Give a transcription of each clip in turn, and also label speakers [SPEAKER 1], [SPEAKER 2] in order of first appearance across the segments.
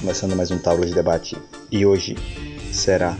[SPEAKER 1] começando mais um Tauro de Debate e hoje será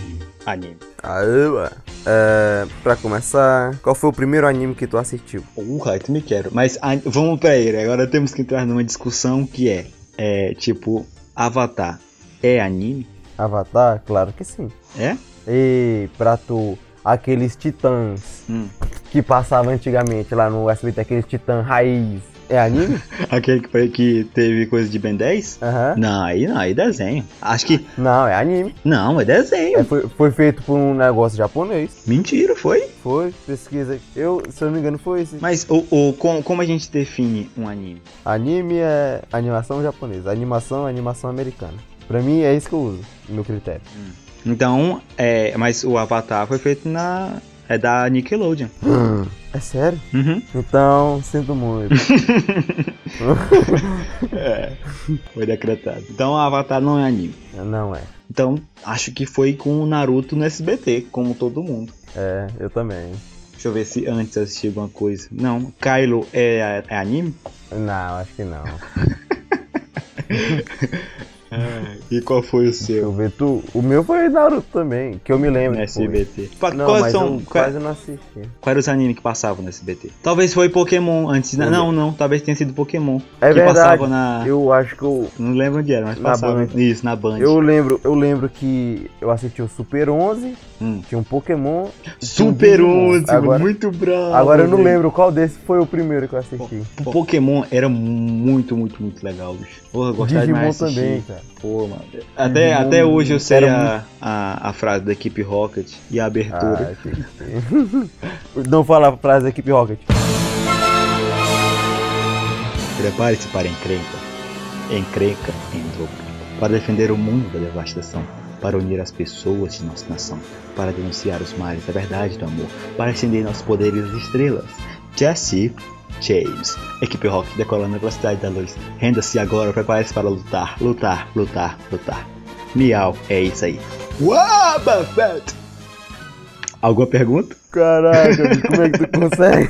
[SPEAKER 1] anime.
[SPEAKER 2] Aê, ué. É, pra começar, qual foi o primeiro anime que tu assistiu?
[SPEAKER 1] Um tu me quero. Mas a- vamos pra ele, agora temos que entrar numa discussão que é, é tipo, Avatar é anime?
[SPEAKER 3] Avatar? Claro que sim.
[SPEAKER 1] É?
[SPEAKER 3] E pra tu, aqueles titãs
[SPEAKER 1] Hum.
[SPEAKER 3] que passavam antigamente lá no SBT, aqueles titãs raiz. É anime?
[SPEAKER 1] Aquele que, foi- que teve coisa de Ben 10?
[SPEAKER 3] Aham.
[SPEAKER 1] Não, aí não, aí desenho. Acho que.
[SPEAKER 3] Não, é anime.
[SPEAKER 1] Não, é desenho.
[SPEAKER 3] É, foi, foi feito por um negócio japonês.
[SPEAKER 1] Mentira, foi.
[SPEAKER 3] Foi, pesquisa. Eu, se eu não me engano, foi esse.
[SPEAKER 1] Mas o, o, como, como a gente define um anime?
[SPEAKER 3] Anime é animação japonesa. Animação é animação americana. Pra mim é isso que eu uso, no meu critério.
[SPEAKER 1] Então, é. Mas o Avatar foi feito na. É da Nickelodeon.
[SPEAKER 3] É sério?
[SPEAKER 1] Uhum.
[SPEAKER 3] Então, sinto muito.
[SPEAKER 1] Foi decretado. Então, o Avatar não é anime.
[SPEAKER 3] não é.
[SPEAKER 1] Então, acho que foi com o Naruto no SBT, como todo mundo.
[SPEAKER 3] É, eu também.
[SPEAKER 1] Deixa eu ver se antes eu assisti alguma coisa. Não, Kylo é, é anime?
[SPEAKER 3] Não, acho que não.
[SPEAKER 1] E qual foi o seu?
[SPEAKER 3] Eu ver tu. O meu foi Naruto também, que eu me lembro.
[SPEAKER 1] No
[SPEAKER 3] que foi.
[SPEAKER 1] SBT. Pa-
[SPEAKER 3] Não,
[SPEAKER 1] quais
[SPEAKER 3] mas
[SPEAKER 1] são.
[SPEAKER 3] eu
[SPEAKER 1] qua-
[SPEAKER 3] quase não assisti.
[SPEAKER 1] Quais eram os animes que passavam no SBT? Talvez foi Pokémon antes. né? Não, não, talvez tenha sido Pokémon.
[SPEAKER 3] É
[SPEAKER 1] que passava
[SPEAKER 3] verdade.
[SPEAKER 1] na.
[SPEAKER 3] Eu acho que eu.
[SPEAKER 1] Não lembro onde era, mas
[SPEAKER 3] Na
[SPEAKER 1] passava.
[SPEAKER 3] Band.
[SPEAKER 1] Isso, na Band.
[SPEAKER 3] Eu lembro, eu lembro que eu assisti o Super 11,
[SPEAKER 1] Hum.
[SPEAKER 3] tinha um Pokémon.
[SPEAKER 1] Super
[SPEAKER 3] Digimon.
[SPEAKER 1] 11,
[SPEAKER 3] Agora-
[SPEAKER 1] muito bravo.
[SPEAKER 3] Agora eu não
[SPEAKER 1] velho.
[SPEAKER 3] lembro qual desse foi o primeiro que eu assisti.
[SPEAKER 1] O Pokémon era muito, muito, muito legal, bicho. Porra, eu gostava
[SPEAKER 3] Digimon
[SPEAKER 1] demais de assistir.
[SPEAKER 3] também, cara.
[SPEAKER 1] Pô, mano. Até, até hoje eu sei a, a, a frase da equipe Rocket e a abertura.
[SPEAKER 3] Ah, tem que ter. não fala a frase da equipe Rocket.
[SPEAKER 1] Prepare-se para a encrenca. Encrenca entrou. Para defender o mundo da devastação. Para unir as pessoas de nossa nação. Para denunciar os males da verdade do amor. Para acender nossos poderes das estrelas. Jesse James. Equipe Rocket decolando a velocidade da luz. Renda-se agora. Prepare-se para lutar, lutar, lutar, lutar. Miau, é isso aí. Uau, Buffett! Alguma pergunta?
[SPEAKER 3] Caraca, como é que tu consegue?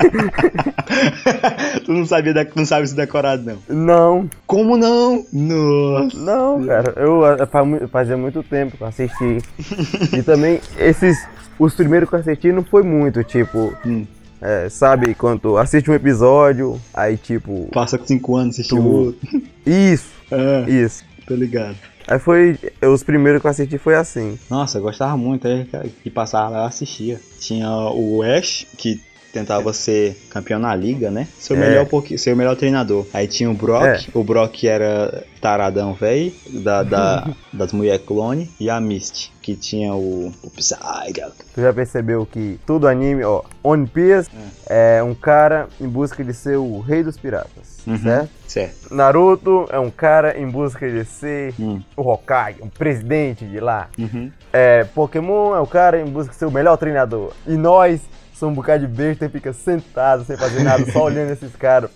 [SPEAKER 1] tu não sabia, dec- não sabe se decorado, não.
[SPEAKER 3] Não,
[SPEAKER 1] Como não? Nossa.
[SPEAKER 3] não, cara. Eu ah, fa- mu- fazia muito tempo que eu assisti. E também esses. Os primeiros que eu assisti não foi muito, tipo.
[SPEAKER 1] Hum.
[SPEAKER 3] É, sabe, quando tu assiste um episódio, aí tipo.
[SPEAKER 1] Passa com 5 anos, assistiu
[SPEAKER 3] Tu-
[SPEAKER 1] outro.
[SPEAKER 3] Isso,
[SPEAKER 1] Ah,
[SPEAKER 3] isso.
[SPEAKER 1] tô ligado.
[SPEAKER 3] Aí foi. eh, Os primeiros que eu assisti foi assim.
[SPEAKER 1] Nossa, eu gostava muito. Aí, cara, que passava lá, eu assistia. Tinha o Ash, que tentava ser campeão na liga, né? Ser o,
[SPEAKER 3] É.
[SPEAKER 1] melhor, porque, ser o melhor treinador. Aí tinha o Brock.
[SPEAKER 3] É.
[SPEAKER 1] O Brock era taradão, velho. Da, da- das mulher clone. E a Mist, que tinha o, o Psyduck.
[SPEAKER 3] Tu já percebeu que todo anime, ó, One Piece é, um cara em busca de ser o rei dos piratas,
[SPEAKER 1] Uhum.
[SPEAKER 3] certo?
[SPEAKER 1] Certo.
[SPEAKER 3] Naruto é um cara em busca de ser
[SPEAKER 1] Hum.
[SPEAKER 3] o Hokage, um presidente de lá.
[SPEAKER 1] Uhum.
[SPEAKER 3] É, Pokémon é o cara em busca de ser o melhor treinador. E nós somos um bocado de besta e fica sentado sem fazer nada, só olhando esses caras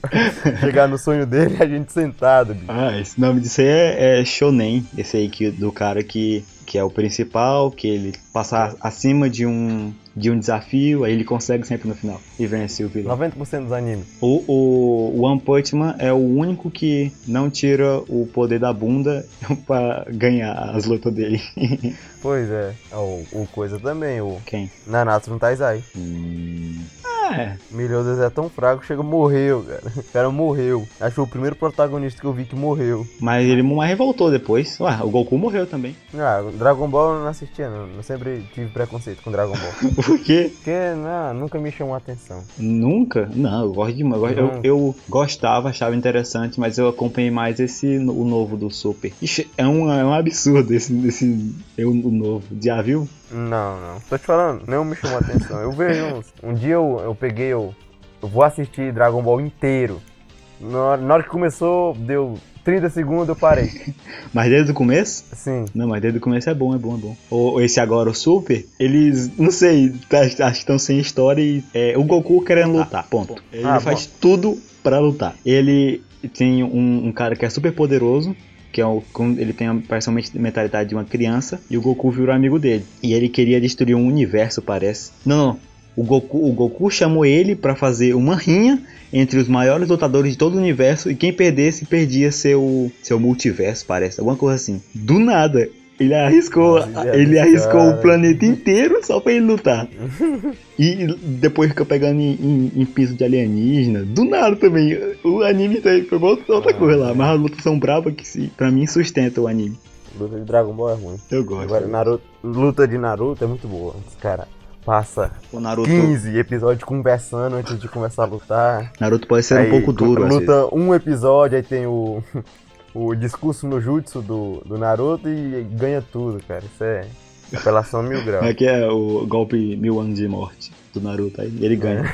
[SPEAKER 3] chegar no sonho dele e a gente sentado, bicho.
[SPEAKER 1] Ah, esse nome disso aí é, é Shonen, esse aí que, do cara que, que é o principal, que ele passa acima de um, de um desafio, aí ele consegue sempre no final e vence o vilão.
[SPEAKER 3] 90% dos animes.
[SPEAKER 1] O, o One Punch Man é o único que não tira o poder da bunda pra ganhar as lutas dele.
[SPEAKER 3] Pois é. O, o coisa também, o
[SPEAKER 1] Quem?
[SPEAKER 3] Nanatsu no Taizai.
[SPEAKER 1] Hum. Ah,
[SPEAKER 3] Meu Deus, é tão fraco, chega, morreu, cara. O cara morreu. Acho que foi o primeiro protagonista que eu vi que morreu.
[SPEAKER 1] mas ele mais revoltou depois. Ué, o Goku morreu também.
[SPEAKER 3] Ah, Dragon Ball eu não assistia, não. Eu sempre tive preconceito com Dragon Ball.
[SPEAKER 1] Por quê?
[SPEAKER 3] Porque, não, nunca me chamou a atenção.
[SPEAKER 1] Nunca? Não, eu gosto demais. Eu, gosto- eu-
[SPEAKER 3] Não.
[SPEAKER 1] eu gostava, achava interessante, mas eu acompanhei mais esse no- o novo do Super. Ixi, é um, é um absurdo esse, esse eu, o novo. Já viu?
[SPEAKER 3] Não, não. Tô te falando, não me chamou a atenção. Eu vejo uns. Um dia eu, eu peguei, eu, eu vou assistir Dragon Ball inteiro. Na hora, na hora que começou, deu 30 segundos, eu parei.
[SPEAKER 1] Mas desde o começo?
[SPEAKER 3] Assim,
[SPEAKER 1] Não, mas desde o começo é bom, é bom, é bom. Ou ou esse agora, o Super, eles, não sei, tá- acho que estão sem história e. É, o Goku querendo lutar, ponto. Ele
[SPEAKER 3] Ah,
[SPEAKER 1] faz tudo pra lutar. Ele tem um, um cara que é super poderoso. Que é o, com- ele tem parece uma mentalidade de uma criança. E o Goku virou amigo dele. E ele queria destruir um universo, parece. Não, não. O Goku, o Goku chamou ele pra fazer uma rinha entre os maiores lutadores de todo o universo e quem perdesse perdia seu seu multiverso, parece, alguma coisa assim. Do nada, ele arriscou,
[SPEAKER 3] Olha,
[SPEAKER 1] ele arriscou
[SPEAKER 3] cara.
[SPEAKER 1] o planeta inteiro só pra ele lutar. E depois fica pegando em, em- em piso de alienígena. Do nada também. O anime tá aí, foi outra outra
[SPEAKER 3] Ah,
[SPEAKER 1] coisa lá. Mas as lutas são bravas que se, pra mim sustenta o anime.
[SPEAKER 3] Luta de Dragon Ball é ruim.
[SPEAKER 1] Eu gosto.
[SPEAKER 3] Agora, Naruto, luta de Naruto é muito boa. Os cara passa
[SPEAKER 1] o Naruto,
[SPEAKER 3] 15 episódios conversando antes de começar a lutar.
[SPEAKER 1] Naruto pode ser
[SPEAKER 3] Aí,
[SPEAKER 1] um pouco duro, às vezes.
[SPEAKER 3] Luta um episódio, aí tem o, o discurso no jutsu do, do Naruto e ganha tudo, cara. Isso é apelação mil graus.
[SPEAKER 1] Como é que é o golpe Mil Anos de Morte do Naruto aí? Ele ganha.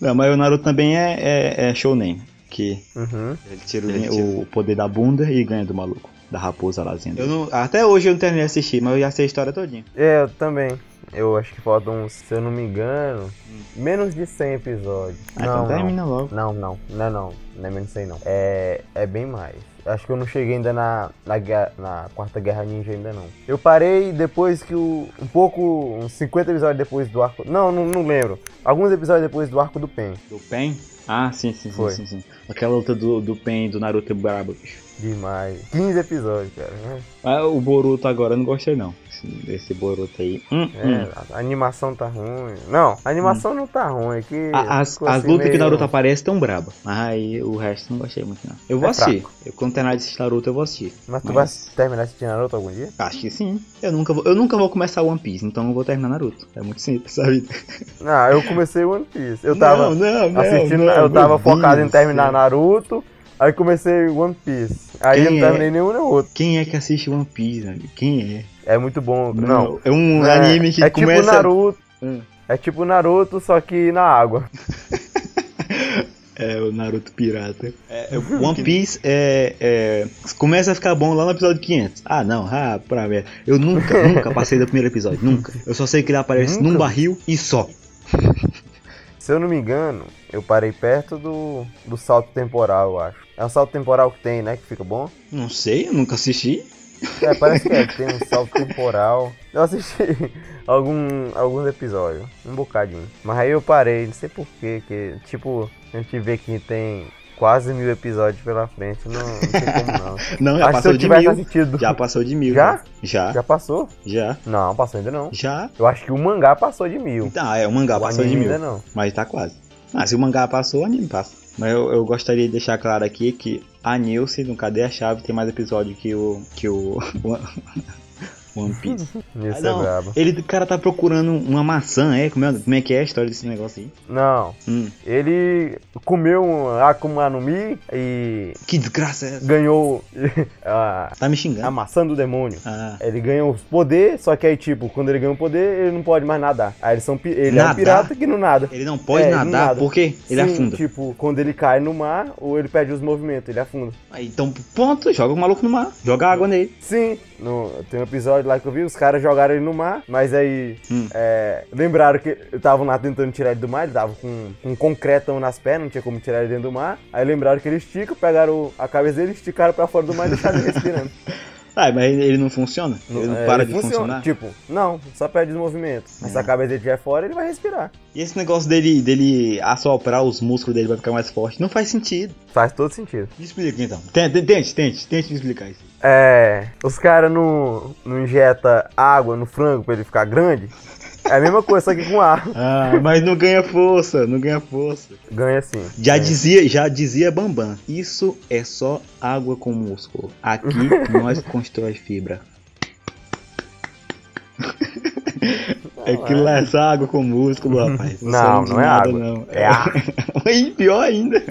[SPEAKER 1] Não, mas o Naruto também é, é, é shounen. Que
[SPEAKER 3] Uhum.
[SPEAKER 1] ele é tira,
[SPEAKER 4] Ele
[SPEAKER 1] o-
[SPEAKER 4] tira.
[SPEAKER 1] o poder da bunda e ganha do maluco. Da raposa lazenda. Eu não, até hoje eu não terminei de assistir, mas eu já sei a história todinha.
[SPEAKER 3] É, eu também. Eu acho que faltam, se eu não me engano, menos de 100 episódios.
[SPEAKER 1] Ah,
[SPEAKER 3] não,
[SPEAKER 1] então
[SPEAKER 3] não.
[SPEAKER 1] termina logo.
[SPEAKER 3] Não, não, não, é não, não é menos 100 não. É, é bem mais. Acho que eu não cheguei ainda na, na, guerra- na Quarta Guerra Ninja ainda não. Eu parei depois que o... um pouco, uns 50 episódios depois do arco... Não, não, não lembro. Alguns episódios depois do arco do Pen.
[SPEAKER 1] Do Pen? Ah, sim, sim, sim,
[SPEAKER 3] Foi.
[SPEAKER 1] sim, sim. Aquela luta do, do Pen e do Naruto é braba, bicho.
[SPEAKER 3] Demais. 15 episódios, cara. né?
[SPEAKER 1] Ah, o Boruto agora eu não gostei não. Esse, desse Boruto aí. Hum,
[SPEAKER 3] É,
[SPEAKER 1] hum.
[SPEAKER 3] a- a animação tá ruim. Não, a animação não tá ruim. É que
[SPEAKER 1] A- as
[SPEAKER 3] ficou
[SPEAKER 1] as
[SPEAKER 3] assim
[SPEAKER 1] lutas que
[SPEAKER 3] meio-
[SPEAKER 1] Naruto tá aparece tão braba. Mas aí o resto eu não gostei muito não. Eu vou
[SPEAKER 3] É
[SPEAKER 1] assistir. Eu, quando terminar de assistir Naruto, eu vou assistir.
[SPEAKER 3] Mas tu
[SPEAKER 1] Mas-
[SPEAKER 3] vai terminar assistindo Naruto algum dia?
[SPEAKER 1] Acho que sim. Eu nunca vou, eu nunca vou começar One Piece, então eu vou terminar Naruto. É muito simples, sabe?
[SPEAKER 3] Não, Ah, eu comecei One Piece. Eu
[SPEAKER 1] não,
[SPEAKER 3] tava...
[SPEAKER 1] não, não,
[SPEAKER 3] assistindo,
[SPEAKER 1] não,
[SPEAKER 3] eu tava
[SPEAKER 1] meu
[SPEAKER 3] focado
[SPEAKER 1] Deus
[SPEAKER 3] em terminar
[SPEAKER 1] do céu.
[SPEAKER 3] Naruto, aí comecei One Piece. Aí
[SPEAKER 1] Quem
[SPEAKER 3] eu não
[SPEAKER 1] é?
[SPEAKER 3] terminei nenhum nem outro.
[SPEAKER 1] Quem é que assiste One Piece, amigo? Quem é?
[SPEAKER 3] É muito bom. Não.
[SPEAKER 1] é um
[SPEAKER 3] É-
[SPEAKER 1] anime que
[SPEAKER 3] é
[SPEAKER 1] começa.
[SPEAKER 3] tipo Naruto.
[SPEAKER 1] Hum.
[SPEAKER 3] É tipo Naruto, só que na água.
[SPEAKER 1] É, o Naruto pirata. One Piece é, é, começa a ficar bom lá no episódio 500. Ah, não, ah, pra merda. Eu nunca, nunca passei do primeiro episódio, nunca. Eu só sei que ele aparece
[SPEAKER 3] Nunca?
[SPEAKER 1] num barril e só.
[SPEAKER 3] Se eu não me engano, eu parei perto do, do salto temporal, eu acho. É um salto temporal que tem, né? Que fica bom.
[SPEAKER 1] Não sei, eu nunca assisti.
[SPEAKER 3] É, parece que é, que tem um salto temporal. Eu assisti algum, alguns episódios, um bocadinho. Mas aí eu parei, não sei porquê, que tipo, a gente vê que tem quase mil episódios pela frente, não, não tem como não.
[SPEAKER 1] Não, já
[SPEAKER 3] Acho que se
[SPEAKER 1] passou
[SPEAKER 3] eu
[SPEAKER 1] de
[SPEAKER 3] tivesse
[SPEAKER 1] mil.
[SPEAKER 3] assistido.
[SPEAKER 1] Já passou de mil.
[SPEAKER 3] Já?
[SPEAKER 1] né? Já,
[SPEAKER 3] Já passou?
[SPEAKER 1] já,
[SPEAKER 3] Não, passou ainda não.
[SPEAKER 1] já.
[SPEAKER 3] Eu acho que o mangá passou de mil.
[SPEAKER 1] Ah, é, o mangá
[SPEAKER 3] o
[SPEAKER 1] passou de
[SPEAKER 3] anime
[SPEAKER 1] mil.
[SPEAKER 3] né? ainda não.
[SPEAKER 1] Mas tá quase. Ah, se o mangá passou, o anime passa. Mas eu, eu gostaria de deixar claro aqui que a Nilce, no Cadê a Chave, tem mais episódio que o. que o. One Piece.
[SPEAKER 3] Isso
[SPEAKER 1] Ah, não.
[SPEAKER 3] é brabo.
[SPEAKER 1] Ele, o cara tá procurando uma maçã, é? Como é, como é que é a história desse negócio aí?
[SPEAKER 3] Não,
[SPEAKER 1] Hum,
[SPEAKER 3] ele comeu um Akuma no Mi e
[SPEAKER 1] que desgraça é essa?
[SPEAKER 3] ganhou a,
[SPEAKER 1] Tá me
[SPEAKER 3] a
[SPEAKER 1] xingando.
[SPEAKER 3] maçã do demônio.
[SPEAKER 1] Ah,
[SPEAKER 3] Ele ganha os poder, só que aí, tipo, quando ele ganha o poder, ele não pode mais nadar. Aí eles são pi- ele é
[SPEAKER 1] Nadar?
[SPEAKER 3] um pirata que não nada.
[SPEAKER 1] ele não pode
[SPEAKER 3] É, ele não
[SPEAKER 1] nadar
[SPEAKER 3] nada.
[SPEAKER 1] porque ele
[SPEAKER 3] Sim,
[SPEAKER 1] afunda.
[SPEAKER 3] Tipo, quando ele cai no mar, ou ele perde os movimentos, ele afunda.
[SPEAKER 1] Ah, Então, pronto, joga o maluco no mar. Joga água nele.
[SPEAKER 3] Sim, no- tem um episódio lá que eu vi, os caras jogaram ele no mar, mas aí
[SPEAKER 1] Hum.
[SPEAKER 3] é, lembraram que estavam lá tentando tirar ele do mar, ele tava com, com um concretão nas pernas, não tinha como tirar ele dentro do mar. Aí lembraram que ele estica, pegaram o- a cabeça dele, esticaram pra fora do mar e deixaram ele respirando.
[SPEAKER 1] Ah, mas ele, ele não funciona? Ele não
[SPEAKER 3] É,
[SPEAKER 1] para
[SPEAKER 3] ele
[SPEAKER 1] de funcionar? É.
[SPEAKER 3] Tipo, não, só perde os movimentos. Mas se a cabeça dele estiver fora, ele vai respirar.
[SPEAKER 1] E esse negócio dele, dele assoprar os músculos dele vai ficar mais forte? Não faz sentido.
[SPEAKER 3] Faz todo sentido.
[SPEAKER 1] Me explica então. Tente, tente, tente, tente me explicar isso.
[SPEAKER 3] É. Os caras não, não injetam água no frango pra ele ficar grande. É a mesma coisa, só que com ar.
[SPEAKER 1] Ah, mas não ganha força, não ganha força.
[SPEAKER 3] Ganha sim.
[SPEAKER 1] Já
[SPEAKER 3] Ganha.
[SPEAKER 1] dizia, já dizia Bambam, isso é só água com músculo. Aqui nós constrói fibra. É que lá é só água com músculo, rapaz. Você
[SPEAKER 3] Não,
[SPEAKER 1] diz
[SPEAKER 3] não é
[SPEAKER 1] nada,
[SPEAKER 3] água.
[SPEAKER 1] Não.
[SPEAKER 3] É ar.
[SPEAKER 1] Ih, pior ainda.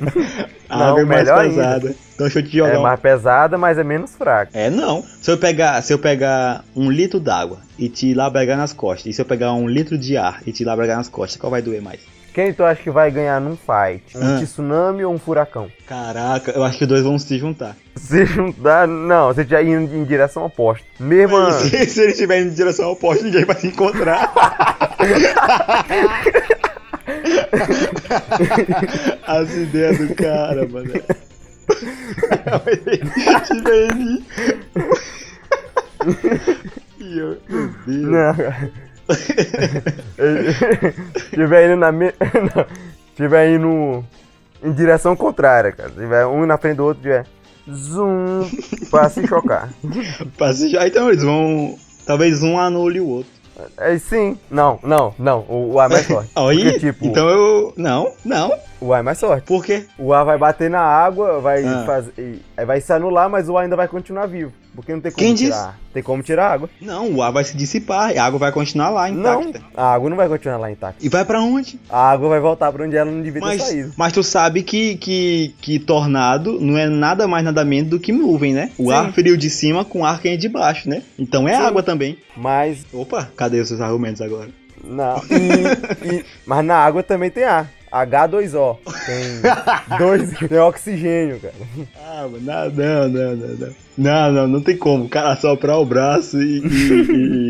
[SPEAKER 1] A
[SPEAKER 3] Não,
[SPEAKER 1] água é mais
[SPEAKER 3] melhor ainda.
[SPEAKER 1] pesada. Então deixa eu te jogar
[SPEAKER 3] É
[SPEAKER 1] um-
[SPEAKER 3] mais pesada, mas é menos fraca.
[SPEAKER 1] É não. Se eu pegar, se eu pegar um litro d'água e te labregar nas costas, e se eu pegar um litro de ar e te labregar nas costas, qual vai doer mais?
[SPEAKER 3] Quem tu acha que vai ganhar num fight? Um
[SPEAKER 1] Ah.
[SPEAKER 3] tsunami ou um furacão?
[SPEAKER 1] Caraca, eu acho que os dois vão se juntar.
[SPEAKER 3] Se juntar, não, você já indo em direção oposta. Mesma.
[SPEAKER 1] Se, se eles estiverem em direção oposta, ninguém vai se encontrar. As ideias do cara, mano. Tirei. Meu Deus.
[SPEAKER 3] Não, tiver indo na me... não, tiver indo em direção contrária, cara. Tiver um na frente do outro, tiver zoom pra se chocar.
[SPEAKER 1] Passa já, então eles vão. Talvez um anule o outro.
[SPEAKER 3] É sim, não, não, não. O, o A é mais forte.
[SPEAKER 1] Aí,
[SPEAKER 3] Porque, tipo,
[SPEAKER 1] então eu. Não, não.
[SPEAKER 3] o A é mais forte.
[SPEAKER 1] Por quê?
[SPEAKER 3] O A vai bater na água, vai
[SPEAKER 1] Ah.
[SPEAKER 3] fazer, e- aí vai se anular, mas o A ainda vai continuar vivo. Porque não tem como
[SPEAKER 1] Quem disse?
[SPEAKER 3] tirar. Tem como tirar a água.
[SPEAKER 1] Não, o ar vai se dissipar e a água vai continuar lá
[SPEAKER 3] Não,
[SPEAKER 1] intacta.
[SPEAKER 3] a água não vai continuar lá intacta.
[SPEAKER 1] E vai pra onde?
[SPEAKER 3] A água vai voltar pra onde ela não devia ter saído.
[SPEAKER 1] Mas, mas tu sabe que, que, que tornado não é nada mais nada menos do que nuvem, né? O
[SPEAKER 3] Sim.
[SPEAKER 1] ar frio de cima com o ar quente de baixo, né? Então é
[SPEAKER 3] Sim.
[SPEAKER 1] água também.
[SPEAKER 3] Mas
[SPEAKER 1] Opa, cadê os seus argumentos agora?
[SPEAKER 3] na, e- e- mas na água também tem ar. H2O. Tem, dois, tem oxigênio, cara.
[SPEAKER 1] Ah, mas não, não, não, não, não. Não, não, não tem como. O cara soprar o braço e,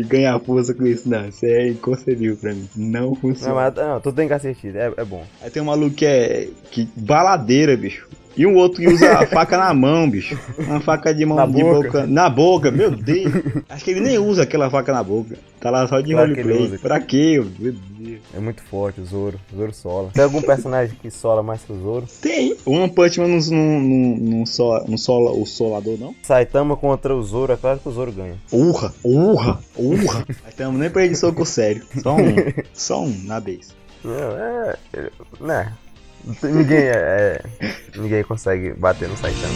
[SPEAKER 1] e- e ganhar força com isso. Não, isso é inconcebível pra mim. Não
[SPEAKER 3] Não,
[SPEAKER 1] funciona.
[SPEAKER 3] mas, não, tu tem que assistir, é, é bom.
[SPEAKER 1] Aí tem um maluco que é que, baladeira, bicho. E um outro que usa a faca na mão, bicho. Uma faca de mão
[SPEAKER 3] Na
[SPEAKER 1] de
[SPEAKER 3] boca.
[SPEAKER 1] boca. Na boca, meu Deus. Acho que ele nem usa aquela faca na boca. Tá lá só de
[SPEAKER 3] Claro que ele
[SPEAKER 1] roleplay.
[SPEAKER 3] usa.
[SPEAKER 1] Pra quê? Meu Deus.
[SPEAKER 3] É muito forte, o Zoro. O Zoro sola. Tem algum personagem que sola mais que o Zoro?
[SPEAKER 1] Tem. O One Punch Man não, não, não, não, sola, não sola o solador, não?
[SPEAKER 3] Saitama contra o Zoro, é claro que o Zoro ganha.
[SPEAKER 1] Urra, urra, urra. Nós estamos nem pra ele soco sério. Só um. Só um na vez.
[SPEAKER 3] Não, é. é, Né. Não tem- Ninguém é, é, Ninguém consegue bater no Saitama.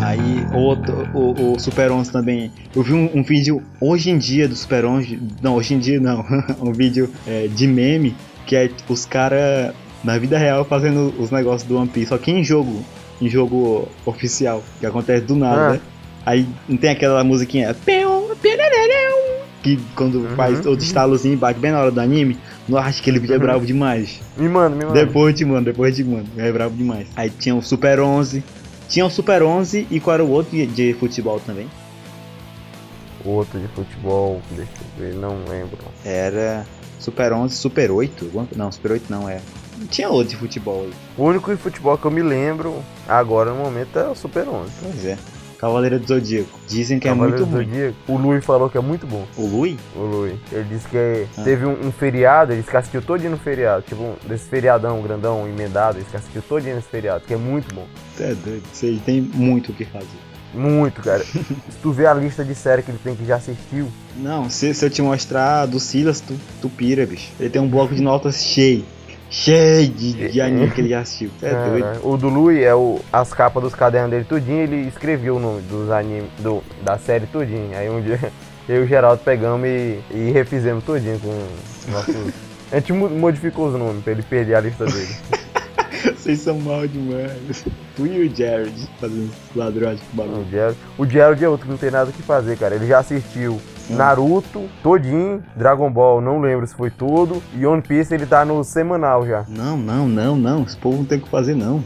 [SPEAKER 1] Aí outro, o, o Super 11 também. Eu vi um, um vídeo hoje em dia do Super 11. Não, hoje em dia não. um vídeo é, de meme que é os caras na vida real fazendo os negócios do One Piece. Só que em jogo, em jogo oficial, que acontece do nada,
[SPEAKER 3] Ah.
[SPEAKER 1] né? Aí não tem aquela musiquinha. "Peão, pererereu", Que quando
[SPEAKER 3] Uhum.
[SPEAKER 1] faz outro estalozinho e bate bem na hora do anime, não acho que ele vídeo é bravo demais.
[SPEAKER 3] Me manda, me manda.
[SPEAKER 1] Depois eu te mando, depois eu te mando. É brabo demais. Aí tinha o Super 11. Tinha o Super 11 e qual era o outro de, de futebol também?
[SPEAKER 3] Outro de futebol, deixa eu ver, não lembro.
[SPEAKER 1] Era Super 11, Super 8. alguma- Não, Super 8 não, é. Tinha outro de futebol aí.
[SPEAKER 3] O único de futebol que eu me lembro agora no momento é o Super 11.
[SPEAKER 1] Pois é. Cavaleiro do Zodíaco. Dizem que é
[SPEAKER 3] Cavaleiros
[SPEAKER 1] muito
[SPEAKER 3] do
[SPEAKER 1] ruim.
[SPEAKER 3] Zodíaco, o Lui falou que é muito bom.
[SPEAKER 1] O Lui?
[SPEAKER 3] O Lui. Ele disse que
[SPEAKER 1] Ah.
[SPEAKER 3] teve um, um feriado, ele disse que assistiu todo dia no feriado. Tipo, um, desse feriadão grandão, emendado, ele disse que assistiu todo dia nesse feriado, que é muito bom.
[SPEAKER 1] Cê É doido. Você tem muito o que fazer.
[SPEAKER 3] Muito, cara. Se tu vê a lista de série que ele tem que já assistiu,
[SPEAKER 1] Não, se, se eu te mostrar a do Silas, tu, tu pira, bicho. Ele tem um bloco de notas cheio. Cheio de, de anime que ele já assistiu. Cê É doido.
[SPEAKER 3] Caralho. né, O do Lui é o, as capas dos cadernos dele tudinho, ele escreveu o nome dos anime, do, da série tudinho. Aí um dia eu e o Geraldo pegamos e, e refizemos tudinho com nossos. A gente mo- modificou os nomes pra ele perder a lista dele.
[SPEAKER 1] Vocês são mal demais. Tu e o Jared fazendo ladrões com bagulho.
[SPEAKER 3] o, Gerald, o Gerald é outro que não tem nada o que fazer, cara. Ele já assistiu Naruto, todinho, Dragon Ball, não lembro se foi todo, e One Piece ele tá no semanal já.
[SPEAKER 1] Não, não, não, não. Esse povo não tem o que fazer, não.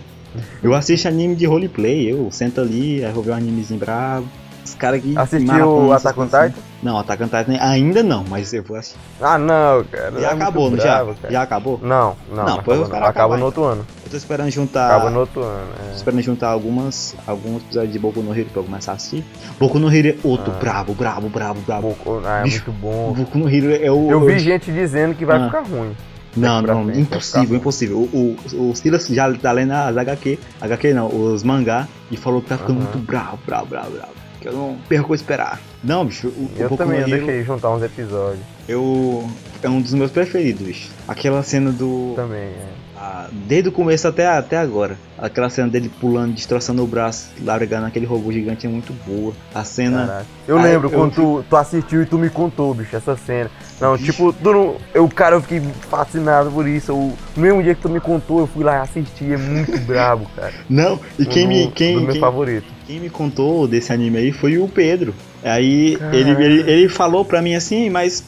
[SPEAKER 1] Eu assisto anime de roleplay. Eu sento ali, aí vou ver um animezinho bravo. Os caras que.
[SPEAKER 3] Assistiu
[SPEAKER 1] maratonam essas
[SPEAKER 3] Attack on
[SPEAKER 1] coisas assim.
[SPEAKER 3] Titan?
[SPEAKER 1] Não, Attack on Titan ainda não, mas eu vou assistir.
[SPEAKER 3] Ah, não, cara.
[SPEAKER 1] já
[SPEAKER 3] é muito
[SPEAKER 1] acabou, não
[SPEAKER 3] bravo,
[SPEAKER 1] já?
[SPEAKER 3] cara.
[SPEAKER 1] Já acabou?
[SPEAKER 3] Não, não,
[SPEAKER 1] Não,
[SPEAKER 3] não,
[SPEAKER 1] pois o
[SPEAKER 3] acaba, não.
[SPEAKER 1] cara
[SPEAKER 3] acaba
[SPEAKER 1] acaba,
[SPEAKER 3] no outro ano.
[SPEAKER 1] Eu tô esperando juntar.
[SPEAKER 3] Acaba no outro ano.
[SPEAKER 1] Tô
[SPEAKER 3] é.
[SPEAKER 1] esperando juntar algumas, alguns episódios de Boku no Hero pra eu começar a assistir. Boku no Hero é outro
[SPEAKER 3] Ah.
[SPEAKER 1] brabo, brabo, brabo, brabo.
[SPEAKER 3] Boku- ah, é
[SPEAKER 1] Bicho,
[SPEAKER 3] muito bom.
[SPEAKER 1] Boku no Hero é o.
[SPEAKER 3] Eu vi
[SPEAKER 1] é o-
[SPEAKER 3] gente dizendo que vai
[SPEAKER 1] Ah.
[SPEAKER 3] ficar ruim.
[SPEAKER 1] Não,
[SPEAKER 3] pra
[SPEAKER 1] não,
[SPEAKER 3] frente, vai
[SPEAKER 1] impossível,
[SPEAKER 3] ficar
[SPEAKER 1] impossível. O, o, o Silas já tá lendo as HQ, HQ não, os mangá, e falou que tá ficando
[SPEAKER 3] Aham.
[SPEAKER 1] muito bravo, bravo, bravo, bravo. Que eu não perco a esperar. Não, bicho, o, o
[SPEAKER 3] Eu
[SPEAKER 1] Boku
[SPEAKER 3] também,
[SPEAKER 1] no
[SPEAKER 3] eu
[SPEAKER 1] Hero,
[SPEAKER 3] deixei juntar uns episódios
[SPEAKER 1] eu, é um dos meus preferidos, bicho. Aquela cena do...
[SPEAKER 3] também. é.
[SPEAKER 1] ah, desde o começo até, até agora. Aquela cena dele pulando, destroçando o braço, largando aquele robô gigante é muito boa. A cena...
[SPEAKER 3] Caraca. Eu
[SPEAKER 1] Né? Aí
[SPEAKER 3] lembro
[SPEAKER 1] eu
[SPEAKER 3] quando tu, tu assistiu e tu me contou, bicho, essa cena. Não,
[SPEAKER 1] Bicho.
[SPEAKER 3] tipo, tu não, eu, cara, eu fiquei fascinado por isso. Eu, no mesmo dia que tu me contou, eu fui lá assistir. É muito brabo, cara.
[SPEAKER 1] Não, e
[SPEAKER 3] Um
[SPEAKER 1] quem me...
[SPEAKER 3] do-
[SPEAKER 1] Quem,
[SPEAKER 3] do meu
[SPEAKER 1] quem-
[SPEAKER 3] favorito.
[SPEAKER 1] Quem me contou desse anime aí foi o Pedro. Aí
[SPEAKER 3] Caralho.
[SPEAKER 1] ele, ele, ele falou pra mim assim, mas.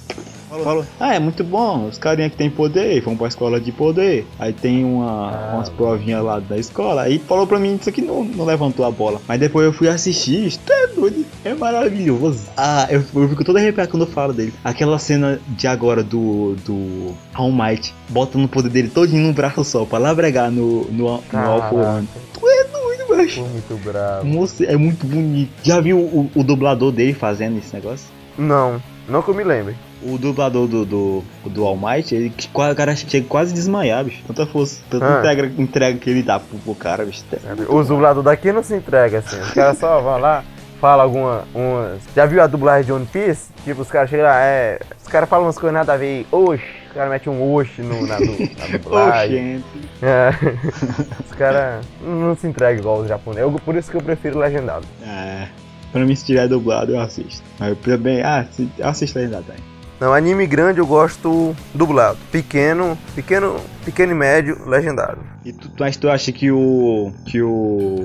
[SPEAKER 1] Falou, ah, é muito bom, os carinha que tem poder, vão pra escola de poder. Aí tem uma,
[SPEAKER 3] Ah.
[SPEAKER 1] umas provinhas lá da escola. Aí falou pra mim isso aqui não, não levantou a bola. Mas depois eu fui assistir, isso é Toad é maravilhoso. Ah, eu, eu fico todo arrepiado quando eu falo dele. Aquela cena de agora do, do All Might botando o poder dele todinho num braço só pra labregar no, no, no All For One. Tu é doido,
[SPEAKER 5] Ficou
[SPEAKER 1] macho.
[SPEAKER 5] muito bravo.
[SPEAKER 1] Moço, é muito bonito. Já viu o, o dublador dele fazendo esse negócio?
[SPEAKER 5] Não, não que eu me lembre.
[SPEAKER 1] O dublador do, do, do All Might, ele, que- o cara chega quase a desmaiar, bicho. Tanta força, tanta
[SPEAKER 5] Ah.
[SPEAKER 1] entrega, entrega que ele dá pro, pro cara, bicho.
[SPEAKER 5] Sabe? né? Os dubladores daqui não se entregam assim. Os caras só vão lá, falam alguma. umas- Já viu a dublagem de One Piece? Tipo, os caras chegam lá, é. Os caras falam umas coisas nada a ver. Oxi. Os caras metem um oxi no, na, du- na dublagem.
[SPEAKER 1] Oxente.
[SPEAKER 5] É. Os caras não se entregam igual os japoneses. Eu- Por isso que eu prefiro legendado.
[SPEAKER 1] É. Pra mim, se tiver dublado, eu assisto. Mas eu também. Ah, se, eu assisto ainda tem.
[SPEAKER 3] Não, anime grande eu gosto dublado. Pequeno, pequeno, pequeno e médio, legendado.
[SPEAKER 1] E tu, mas tu acha que o. que o.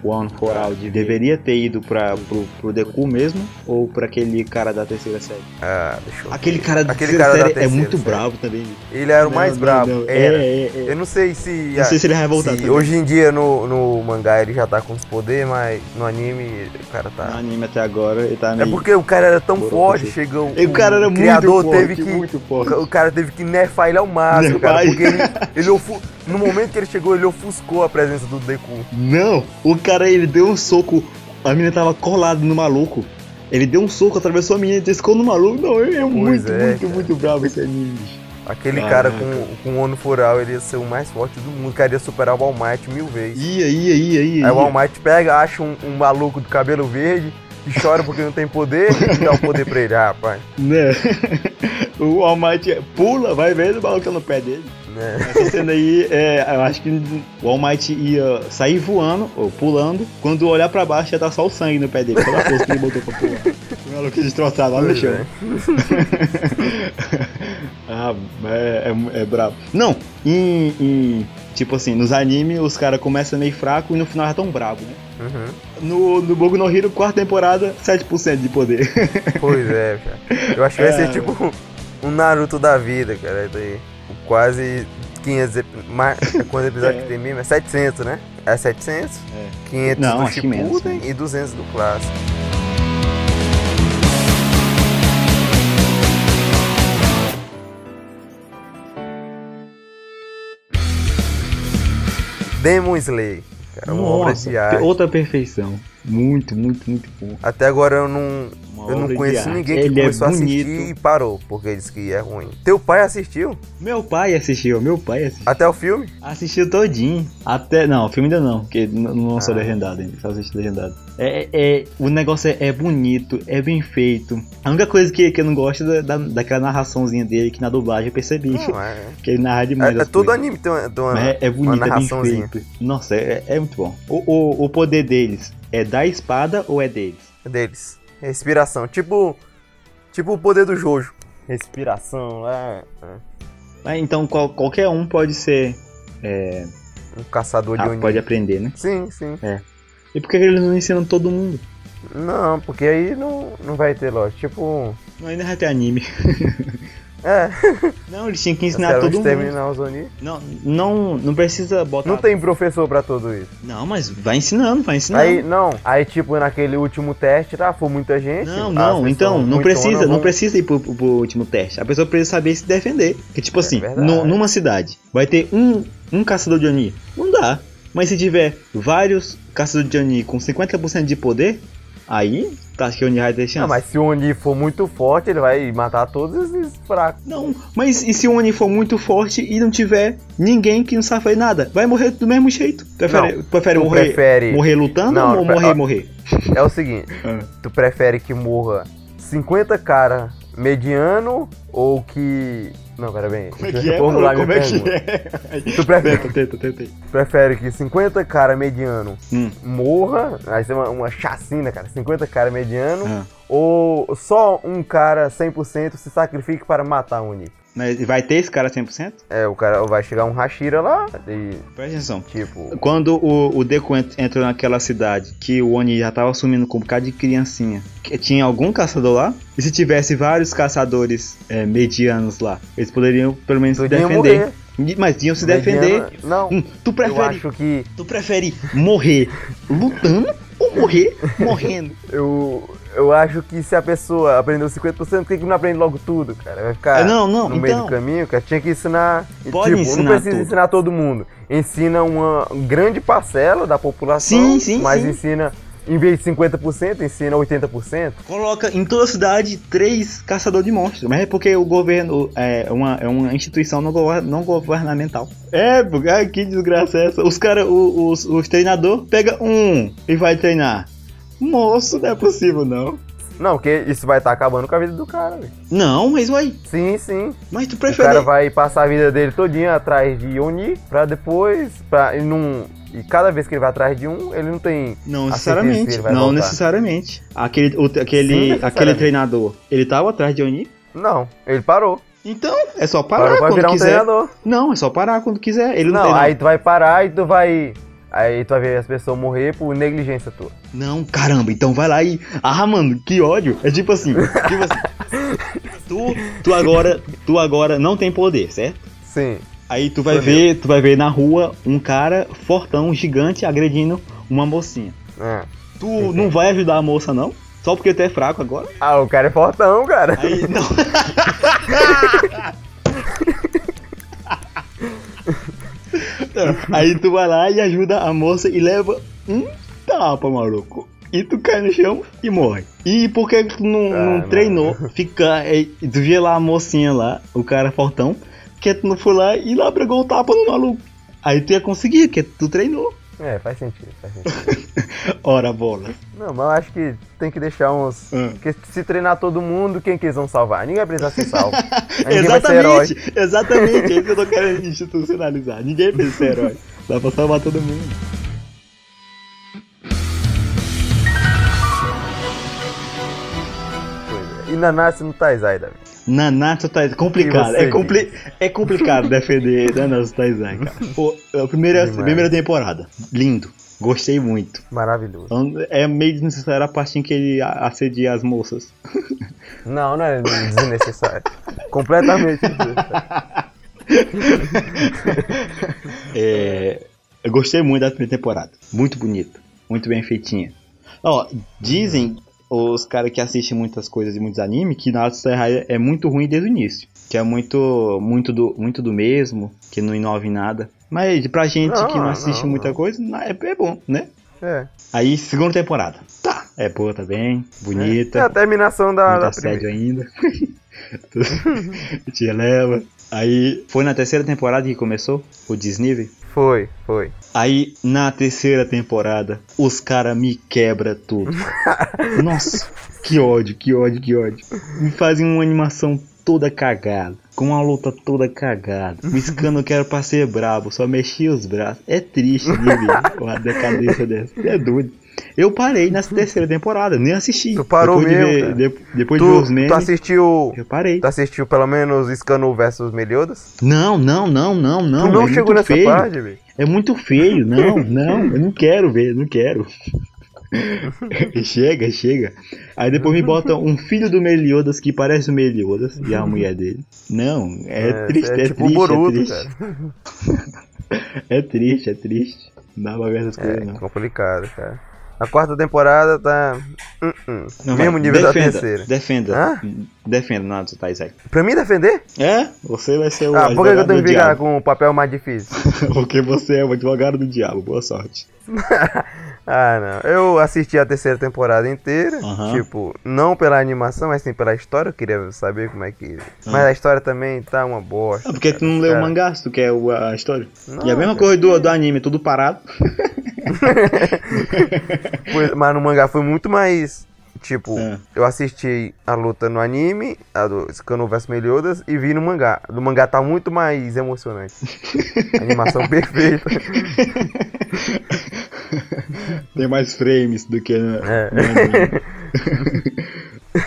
[SPEAKER 1] One for All de- deveria ter ido pra, pro, pro Deku mesmo? Ou pra aquele cara da terceira série?
[SPEAKER 3] Ah, deixa eu ver.
[SPEAKER 1] Aquele cara da
[SPEAKER 3] Aquele
[SPEAKER 1] terceira
[SPEAKER 3] cara da
[SPEAKER 1] série é
[SPEAKER 3] terceira
[SPEAKER 1] muito
[SPEAKER 3] série.
[SPEAKER 1] bravo também.
[SPEAKER 3] Ele era o mais
[SPEAKER 1] Não, não,
[SPEAKER 3] brabo.
[SPEAKER 1] não. É,
[SPEAKER 3] Era.
[SPEAKER 1] é, é.
[SPEAKER 3] Eu não sei se.
[SPEAKER 1] Não sei se ele vai voltar
[SPEAKER 3] se
[SPEAKER 1] também.
[SPEAKER 3] hoje em dia no, no mangá ele já tá com os poderes, mas no anime o cara
[SPEAKER 1] No
[SPEAKER 3] tá.
[SPEAKER 1] anime até agora, ele tá
[SPEAKER 3] É
[SPEAKER 1] meio.
[SPEAKER 3] porque o cara era tão
[SPEAKER 1] Morou
[SPEAKER 3] forte,
[SPEAKER 1] com
[SPEAKER 3] chegou. um
[SPEAKER 1] E o cara era
[SPEAKER 3] criador
[SPEAKER 1] muito
[SPEAKER 3] teve
[SPEAKER 1] forte,
[SPEAKER 3] que.
[SPEAKER 1] muito forte.
[SPEAKER 3] O cara teve que nerfar ele ao máximo, cara.
[SPEAKER 1] Nerfar
[SPEAKER 3] Porque ele, ele ofu- no momento que ele chegou, ele ofuscou a presença do Deku.
[SPEAKER 1] Não, o cara ele deu um soco, a menina tava colada no maluco. Ele deu um soco, atravessou a menina e descou no maluco. Não, é, é muito,
[SPEAKER 3] é,
[SPEAKER 1] muito,
[SPEAKER 3] cara.
[SPEAKER 1] muito bravo esse anime. bicho.
[SPEAKER 3] Aquele
[SPEAKER 1] Caraca.
[SPEAKER 3] cara com, com o Ono Fural, ele ia ser o mais forte do mundo. O cara ia superar o All Might mil vezes.
[SPEAKER 1] Ia, ia, ia, ia.
[SPEAKER 3] Aí
[SPEAKER 1] ia.
[SPEAKER 3] o All Might pega, acha um, um maluco do cabelo verde, que chora porque não tem poder, e dá o poder pra ele. Ah, rapaz.
[SPEAKER 1] Né? o All Might pula, vai vendo o maluco no pé dele.
[SPEAKER 3] Né?
[SPEAKER 1] Essa cena aí, é, eu acho que o All Might ia sair voando, ou pulando. Quando olhar pra baixo, já tá só o sangue no pé dele. Toda a força que ele botou pra pular. O maluco destroçado lá no
[SPEAKER 3] Pois
[SPEAKER 1] chão.
[SPEAKER 3] é.
[SPEAKER 1] Ah, é, é, é brabo. Não, em, em- Tipo assim, nos animes os caras começam meio fraco e no final já tão brabo, né?
[SPEAKER 3] Uhum.
[SPEAKER 1] No, no Boku no Hero, quarta temporada, 7% de poder.
[SPEAKER 3] Pois é, cara. Eu acho que vai ser
[SPEAKER 1] É.
[SPEAKER 3] tipo um Naruto da vida, cara. Isso aí. Quase 500. ep- Mais, quantos episódios que tem mesmo? É 700, né? É 700? É. 500
[SPEAKER 1] Não,
[SPEAKER 3] do
[SPEAKER 1] acho que menos, né?
[SPEAKER 3] Shippuden
[SPEAKER 1] menos.
[SPEAKER 3] e 200 do clássico. Demon Slayer, cara, É uma obra de arte.
[SPEAKER 1] outra perfeição. Muito, muito, muito bom.
[SPEAKER 3] Até agora eu não,
[SPEAKER 1] Uma
[SPEAKER 3] eu
[SPEAKER 1] obra
[SPEAKER 3] não
[SPEAKER 1] de
[SPEAKER 3] conheço
[SPEAKER 1] arte.
[SPEAKER 3] ninguém que
[SPEAKER 1] Ele é
[SPEAKER 3] começou a assistir
[SPEAKER 1] bonito.
[SPEAKER 3] e parou, porque disse que é ruim. Teu pai assistiu?
[SPEAKER 1] Meu pai assistiu, meu pai assistiu.
[SPEAKER 3] Até o filme?
[SPEAKER 1] Assistiu todinho. Até. Não, o filme ainda não, porque n- não lançou
[SPEAKER 3] Ah.
[SPEAKER 1] legendado ainda, só assistiu legendado. É, é, o negócio é, é bonito, é bem feito. A única coisa que, que eu não gosto é da, daquela narraçãozinha dele que na dublagem eu percebi.
[SPEAKER 3] Não, é.
[SPEAKER 1] Que ele narra demais.
[SPEAKER 3] É, é
[SPEAKER 1] as
[SPEAKER 3] todo
[SPEAKER 1] coisas.
[SPEAKER 3] anime tem uma, tem uma-
[SPEAKER 1] Mas é, é bonito, é bem
[SPEAKER 3] narraçãozinha.
[SPEAKER 1] feito. Nossa, é, é muito bom. O, o, o poder deles é da espada ou é deles?
[SPEAKER 3] deles. Respiração. Tipo. Tipo o poder do Jojo.
[SPEAKER 5] Respiração, é. é.
[SPEAKER 1] Ah, Então qual- qualquer um pode ser. é,
[SPEAKER 3] Um caçador
[SPEAKER 1] ah,
[SPEAKER 3] de Oni.
[SPEAKER 1] pode aprender, né?
[SPEAKER 3] Sim, sim.
[SPEAKER 1] E por que eles não ensinam todo mundo?
[SPEAKER 3] Não, porque aí não, não vai ter lógica. Tipo.
[SPEAKER 1] Não, ainda vai ter anime.
[SPEAKER 3] É,
[SPEAKER 1] Não, eles tinham que
[SPEAKER 3] os
[SPEAKER 1] ensinar
[SPEAKER 3] caras
[SPEAKER 1] todo
[SPEAKER 3] vão
[SPEAKER 1] mundo. Tá.
[SPEAKER 3] terminar os Oni.
[SPEAKER 1] Não, não, não precisa botar.
[SPEAKER 3] Não tem professor pra tudo isso.
[SPEAKER 1] Não, mas vai ensinando, vai ensinando.
[SPEAKER 3] Aí, não. Aí, tipo, naquele último teste, tá? Foi muita gente.
[SPEAKER 1] Não,
[SPEAKER 3] as
[SPEAKER 1] não,
[SPEAKER 3] pessoas
[SPEAKER 1] então, não
[SPEAKER 3] muito
[SPEAKER 1] precisa,
[SPEAKER 3] onas
[SPEAKER 1] não
[SPEAKER 3] vão-
[SPEAKER 1] precisa ir pro, pro- pro último teste. A pessoa precisa saber se defender. Que tipo assim,
[SPEAKER 3] É verdade.
[SPEAKER 1] no- numa cidade vai ter um, um caçador de Oni. Não dá. Mas se tiver vários caçadores de Oni com 50% de poder, aí tá acho que o Oni vai ter chance.
[SPEAKER 3] Ah, mas se o Oni for muito forte, ele vai matar todos esses fracos.
[SPEAKER 1] Não, mas e se o Oni for muito forte e não tiver ninguém que não sabe fazer nada? Vai morrer do mesmo jeito. Prefere, prefere
[SPEAKER 3] Tu
[SPEAKER 1] morrer,
[SPEAKER 3] prefere.
[SPEAKER 1] morrer lutando
[SPEAKER 3] Não,
[SPEAKER 1] ou
[SPEAKER 3] pre-
[SPEAKER 1] morrer
[SPEAKER 3] ah.
[SPEAKER 1] morrer?
[SPEAKER 3] É o seguinte, tu prefere que morra 50 cara mediano ou que. Não, pera bem. deixa eu formular minha pergunta.
[SPEAKER 1] é?
[SPEAKER 3] Tu prefere,
[SPEAKER 1] Tenta, tenta, tenta. aí.
[SPEAKER 3] prefere que 50 cara mediano
[SPEAKER 1] Hum.
[SPEAKER 3] morra, aí ser uma, uma chacina, cara, 50 cara mediano,
[SPEAKER 1] Ah.
[SPEAKER 3] ou só um cara 100% se sacrifique para matar um Oni?
[SPEAKER 1] Mas vai ter esse cara 100%?
[SPEAKER 3] É, o cara vai chegar um Hashira lá e,
[SPEAKER 1] Presta atenção.
[SPEAKER 3] tipo,
[SPEAKER 1] Quando o, o Deku ent- entrou naquela cidade que o Oni já tava sumindo com um bocado de criancinha, que tinha algum caçador lá? E se tivesse vários caçadores é, medianos lá, eles poderiam pelo menos se
[SPEAKER 3] Podiam
[SPEAKER 1] defender. Mas iam se defender.
[SPEAKER 3] Mediano- Não,
[SPEAKER 1] Hum, tu
[SPEAKER 3] eu
[SPEAKER 1] prefere,
[SPEAKER 3] acho que
[SPEAKER 1] tu prefere morrer lutando ou vou morrer morrendo.
[SPEAKER 3] Eu, eu acho que se a pessoa aprendeu 50%, por que, que não aprende logo tudo, cara? Vai
[SPEAKER 1] É,
[SPEAKER 3] ficar
[SPEAKER 1] não, não,
[SPEAKER 3] no meio
[SPEAKER 1] então.
[SPEAKER 3] do caminho, cara. Tinha que ensinar.
[SPEAKER 1] Pode
[SPEAKER 3] tipo,
[SPEAKER 1] ensinar
[SPEAKER 3] não precisa
[SPEAKER 1] tudo.
[SPEAKER 3] ensinar todo mundo. Ensina uma grande parcela da população,
[SPEAKER 1] Sim, sim,
[SPEAKER 3] mas
[SPEAKER 1] sim.
[SPEAKER 3] ensina, em vez de 50%, ensina 80%.
[SPEAKER 1] Coloca em toda a cidade três caçadores de monstros. Mas é porque o governo é uma, é uma instituição não, gover- não governamental. É, porque- ah, que desgraça é essa? Os caras, os, os treinador pega um e vai treinar. Moço, não é possível, não.
[SPEAKER 3] Não, porque isso vai estar acabando com a vida do cara, velho.
[SPEAKER 1] Não, mas uai,
[SPEAKER 3] Sim, sim.
[SPEAKER 1] mas tu
[SPEAKER 3] O cara
[SPEAKER 1] prefere.
[SPEAKER 3] vai passar a vida dele todinha atrás de Oni pra depois. Pra, ele não, e cada vez que ele vai atrás de um, ele não tem.
[SPEAKER 1] Não
[SPEAKER 3] a certeza que
[SPEAKER 1] necessariamente,
[SPEAKER 3] ele vai
[SPEAKER 1] não
[SPEAKER 3] voltar.
[SPEAKER 1] necessariamente. Aquele, o- aquele,
[SPEAKER 3] Sim,
[SPEAKER 1] aquele
[SPEAKER 3] necessariamente.
[SPEAKER 1] treinador, ele tava atrás de Oni?
[SPEAKER 3] Não, ele parou.
[SPEAKER 1] Então, é só parar
[SPEAKER 3] Parou pra
[SPEAKER 1] quando
[SPEAKER 3] virar um
[SPEAKER 1] quiser.
[SPEAKER 3] treinador.
[SPEAKER 1] não, é só parar quando quiser. Ele não,
[SPEAKER 3] Não,
[SPEAKER 1] tem
[SPEAKER 3] aí tu vai parar e tu vai. Aí tu vai ver as pessoas morrer por negligência tua.
[SPEAKER 1] Não, caramba, então vai lá e. Ah, mano, que ódio! É tipo assim, tipo assim. Tu, tu agora, tu agora não tem poder, certo?
[SPEAKER 3] Sim.
[SPEAKER 1] Aí tu vai
[SPEAKER 3] Tô
[SPEAKER 1] ver, tu vai ver na rua um cara fortão, gigante, agredindo uma mocinha.
[SPEAKER 3] É.
[SPEAKER 1] Tu não vai ajudar a moça, não? Só porque tu é fraco agora?
[SPEAKER 3] Ah, o cara é fortão, cara.
[SPEAKER 1] Aí, não. Não, Aí tu vai lá e ajuda a moça e leva um tapa, maluco. E tu cai no chão e morre. E por que tu não,
[SPEAKER 3] Ah,
[SPEAKER 1] não
[SPEAKER 3] não.
[SPEAKER 1] treinou? Fica, é, tu via lá a mocinha lá, o cara fortão, que tu não foi lá e lá pregou o tapa no maluco. Aí tu ia conseguir, que tu treinou.
[SPEAKER 3] É, faz sentido, faz sentido.
[SPEAKER 1] Ora, bola.
[SPEAKER 3] Não, mas eu acho que tem que deixar uns.
[SPEAKER 1] Ah.
[SPEAKER 3] Porque se treinar todo mundo, quem que eles vão salvar? Ninguém vai precisar ser salvo. Ninguém vai ser herói.
[SPEAKER 1] Exatamente, exatamente, é isso que eu tô querendo institucionalizar. Ninguém precisa ser herói. Dá pra salvar todo mundo.
[SPEAKER 3] Coisa. E Nanatsu no Taizai, Davi.
[SPEAKER 1] Nanatsu Taizai, complicado.
[SPEAKER 3] E você,
[SPEAKER 1] É, compli é complicado defender Nanatsu Taizai, cara. Pô, é a primeira,
[SPEAKER 3] Demais.
[SPEAKER 1] primeira temporada, lindo. Gostei muito.
[SPEAKER 3] Maravilhoso.
[SPEAKER 1] É meio desnecessária a parte em que ele a- assedia as moças.
[SPEAKER 3] Não, não é desnecessário. Completamente desnecessário.
[SPEAKER 1] É, eu gostei muito da primeira temporada. Muito bonita. Muito bem feitinha. Ó, dizem os caras que assistem muitas coisas e muitos animes que Naruto Serrai é muito ruim desde o início. Que é muito muito do, muito do mesmo, que não inova em nada. Mas pra gente
[SPEAKER 3] Não,
[SPEAKER 1] que não assiste
[SPEAKER 3] Ah, não,
[SPEAKER 1] muita
[SPEAKER 3] não.
[SPEAKER 1] coisa, na- é, é bom, né?
[SPEAKER 3] É.
[SPEAKER 1] Aí, segunda temporada. Tá, é boa também, bonita
[SPEAKER 3] É a terminação da,
[SPEAKER 1] muito
[SPEAKER 3] da
[SPEAKER 1] assédio
[SPEAKER 3] primeira.
[SPEAKER 1] ainda. Te eleva. Aí foi na terceira temporada que começou o desnível.
[SPEAKER 3] Foi, foi.
[SPEAKER 1] Aí na terceira temporada os cara me quebra tudo. Nossa, que ódio, que ódio, que ódio. Me fazem uma animação toda cagada, com uma luta toda cagada. Me escando que era pra ser brabo, só mexia os braços. É triste de ver uma decadência dessa. É doido. Eu parei nessa terceira temporada, nem assisti.
[SPEAKER 3] Tu parou
[SPEAKER 1] depois
[SPEAKER 3] mesmo,
[SPEAKER 1] De ver,
[SPEAKER 3] cara.
[SPEAKER 1] de- depois de ver os
[SPEAKER 3] Tu, tá
[SPEAKER 1] memes.
[SPEAKER 3] tu assistiu.
[SPEAKER 1] Eu parei.
[SPEAKER 3] Tu assistiu pelo menos Scanu versus Meliodas?
[SPEAKER 1] Não, não, não, não, não.
[SPEAKER 3] tu não
[SPEAKER 1] é muito
[SPEAKER 3] chegou nessa
[SPEAKER 1] feio.
[SPEAKER 3] parte, velho?
[SPEAKER 1] É muito feio, não, não. Eu não quero ver, não quero. chega, chega. Aí depois me botam um filho do Meliodas que parece o Meliodas e a mulher dele. Não, é, triste, é,
[SPEAKER 3] tipo
[SPEAKER 1] triste,
[SPEAKER 3] Boruto,
[SPEAKER 1] é triste.
[SPEAKER 3] cara.
[SPEAKER 1] É triste, é triste. Não dá pra ver essas coisas,
[SPEAKER 3] É
[SPEAKER 1] não.
[SPEAKER 3] complicado, cara. A quarta temporada tá. hum, hum.
[SPEAKER 1] Não,
[SPEAKER 3] Mesmo
[SPEAKER 1] vai. defenda,
[SPEAKER 3] nível da terceira.
[SPEAKER 1] Defenda.
[SPEAKER 3] Hã?
[SPEAKER 1] Defenda, Nato Taizai.
[SPEAKER 3] Pra mim defender?
[SPEAKER 1] É? Você vai ser o
[SPEAKER 3] ah, por que que eu
[SPEAKER 1] advogado
[SPEAKER 3] tenho
[SPEAKER 1] do
[SPEAKER 3] que ficar
[SPEAKER 1] diabo.
[SPEAKER 3] com o papel mais difícil?
[SPEAKER 1] Porque você é o advogado do diabo. Boa sorte.
[SPEAKER 3] ah, não. Eu assisti a terceira temporada inteira.
[SPEAKER 1] Aham.
[SPEAKER 3] Tipo, não pela animação, mas sim pela história. Eu queria saber como é que. Mas a história também tá uma bosta.
[SPEAKER 1] Ah, porque tu não leu o
[SPEAKER 3] cara.
[SPEAKER 1] mangá, se tu quer o- a história.
[SPEAKER 3] É. Não, é.
[SPEAKER 1] e a mesma coisa do, do anime, tudo parado.
[SPEAKER 3] Pois- mas no mangá foi muito mais. Tipo,
[SPEAKER 1] É.
[SPEAKER 3] eu assisti a luta no anime, a do Scano vs Meliodas, e vi no mangá. No mangá tá muito mais emocionante. Animação perfeita.
[SPEAKER 1] Tem mais frames do que no,
[SPEAKER 3] É.
[SPEAKER 1] no anime.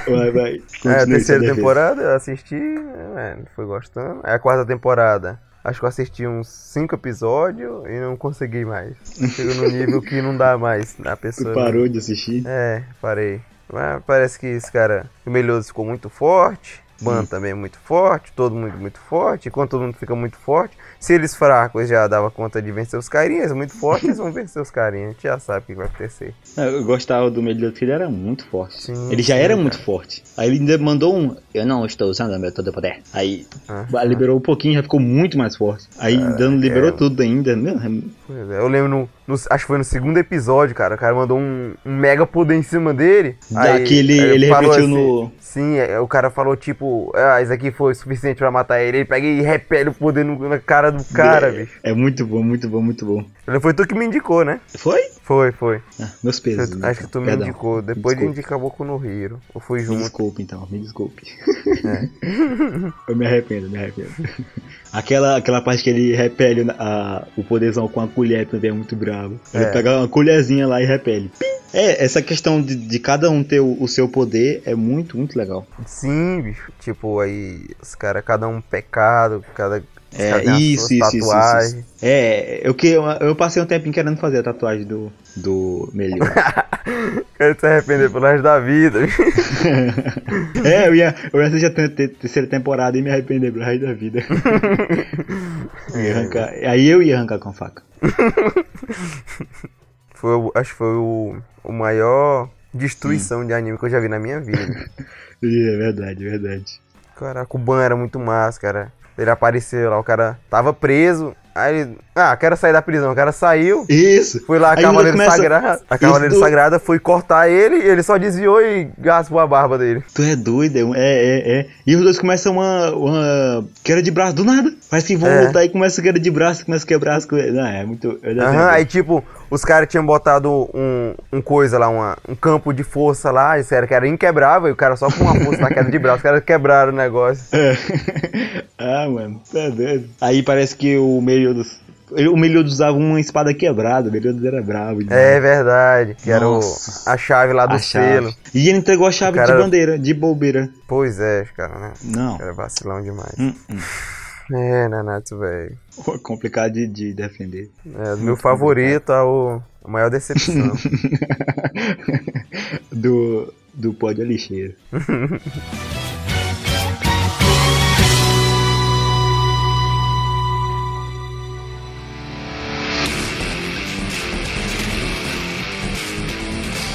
[SPEAKER 1] vai, vai. Continue
[SPEAKER 3] É, a
[SPEAKER 1] sua
[SPEAKER 3] terceira
[SPEAKER 1] defesa.
[SPEAKER 3] temporada eu assisti, é, não fui gostando. Aí a quarta temporada, acho que eu assisti uns cinco episódios e não consegui mais. Chegou no nível que não dá mais na
[SPEAKER 1] Tu
[SPEAKER 3] pessoa.
[SPEAKER 1] parou de assistir.
[SPEAKER 3] É, parei. Mas parece que esse cara, o Meliodas ficou muito forte. Ban também é muito forte, todo mundo muito forte. E quando todo mundo fica muito forte, se eles fracos já dava conta de vencer os carinhas, muito forte, eles vão vencer os carinhas. A gente já sabe o que vai acontecer.
[SPEAKER 1] Eu gostava do Meliodas, porque ele era muito forte.
[SPEAKER 3] Sim,
[SPEAKER 1] ele já
[SPEAKER 3] sim,
[SPEAKER 1] era
[SPEAKER 3] cara.
[SPEAKER 1] muito forte. Aí ele ainda mandou um. Eu não estou usando meu todo poder. Aí
[SPEAKER 3] Ah, É,
[SPEAKER 1] liberou um pouquinho, já ficou muito mais forte. Aí dando, liberou tudo ainda. Meu, é-
[SPEAKER 3] Pois é, eu lembro, no, no- acho que foi no segundo episódio, cara. O cara mandou um, um mega poder em cima dele.
[SPEAKER 1] Daqui ele- ele
[SPEAKER 3] falou
[SPEAKER 1] repetiu
[SPEAKER 3] assim-
[SPEAKER 1] no-
[SPEAKER 3] Sim, é, o cara falou tipo, ah, isso aqui foi suficiente pra matar ele. Ele pega e repele o poder no- na cara do cara, bicho.
[SPEAKER 1] é muito bom, muito bom, muito bom.
[SPEAKER 3] Ele foi tu que me indicou, né?
[SPEAKER 1] Foi?
[SPEAKER 3] Foi, foi.
[SPEAKER 1] Ah, meus pesos.
[SPEAKER 3] Foi tu-
[SPEAKER 1] né,
[SPEAKER 3] acho que
[SPEAKER 1] então.
[SPEAKER 3] tu me
[SPEAKER 1] Perdão.
[SPEAKER 3] indicou. Depois de
[SPEAKER 1] desculpe.
[SPEAKER 3] indicar Boku no Hero. Eu fui
[SPEAKER 1] Me
[SPEAKER 3] junto.
[SPEAKER 1] desculpe então, me desculpe.
[SPEAKER 3] É.
[SPEAKER 1] eu me arrependo, me arrependo. Aquela, aquela parte que ele repele a- o poderzão com a colher também é muito bravo. Ele
[SPEAKER 3] É.
[SPEAKER 1] pega uma colherzinha lá e repele. Pim! É, essa questão de, de cada um ter o, o seu poder é muito, muito legal.
[SPEAKER 3] Sim, bicho. Tipo, aí os caras, cada um pecado, cada. os
[SPEAKER 1] É,
[SPEAKER 3] caras têm as
[SPEAKER 1] isso,
[SPEAKER 3] suas
[SPEAKER 1] isso, isso, isso,
[SPEAKER 3] tatuagens.
[SPEAKER 1] É, eu, que, eu, eu passei um tempinho querendo fazer a tatuagem do, do Meliodas.
[SPEAKER 3] Quero se arrepender pelo resto da vida.
[SPEAKER 1] é, eu ia, eu ia assistir a te- te- terceira temporada e me arrepender pelo resto da vida. Ia arrancar- aí eu ia arrancar com a faca.
[SPEAKER 3] Foi, o- acho que foi o, o maior destruição de anime que eu já vi na minha vida.
[SPEAKER 1] Ih, É verdade, é verdade.
[SPEAKER 3] Caraca, o Ban era muito massa, cara. Ele apareceu lá, o cara tava preso. Aí ele. Ah, quero sair da prisão. O cara saiu.
[SPEAKER 1] Isso!
[SPEAKER 3] Foi lá, a
[SPEAKER 1] Aí o moleque
[SPEAKER 3] Cavaleiro
[SPEAKER 1] começa-
[SPEAKER 3] Sagrada. A
[SPEAKER 1] Isso
[SPEAKER 3] Cavaleiro
[SPEAKER 1] do-
[SPEAKER 3] Sagrada foi cortar ele e ele só desviou e raspou a barba dele.
[SPEAKER 1] Tu é doido, é, um- é, é, é. E os dois começam uma, uma queda de braço do nada. Parece que vão
[SPEAKER 3] É.
[SPEAKER 1] lutar e começa a queda de braço, começa a quebrar as coisas. Não, é muito. eu já
[SPEAKER 3] Aham,
[SPEAKER 1] sei.
[SPEAKER 3] aí tipo, os caras tinham botado um, um coisa lá, uma- um campo de força lá, isso era que era inquebrável, e o cara só com uma força na queda de braço, os caras quebraram o negócio.
[SPEAKER 1] É. ah, mano, tu é doido. Aí parece que o Meliodas. ele- O Meliodas usava uma espada quebrada, o Meliodas era brabo. demais.
[SPEAKER 3] É verdade, que era o-
[SPEAKER 1] Nossa.
[SPEAKER 3] a chave lá do
[SPEAKER 1] a
[SPEAKER 3] selo.
[SPEAKER 1] chave. E ele entregou a chave
[SPEAKER 3] O cara-
[SPEAKER 1] de bandeira, de bobeira.
[SPEAKER 3] Pois é, cara, né?
[SPEAKER 1] Não.
[SPEAKER 3] Era vacilão demais.
[SPEAKER 1] Hum,
[SPEAKER 3] É, Nanato, velho.
[SPEAKER 1] hum. Complicado de, de defender.
[SPEAKER 3] É, do meu favorito ao a maior decepção.
[SPEAKER 1] do, do pó de lixeira.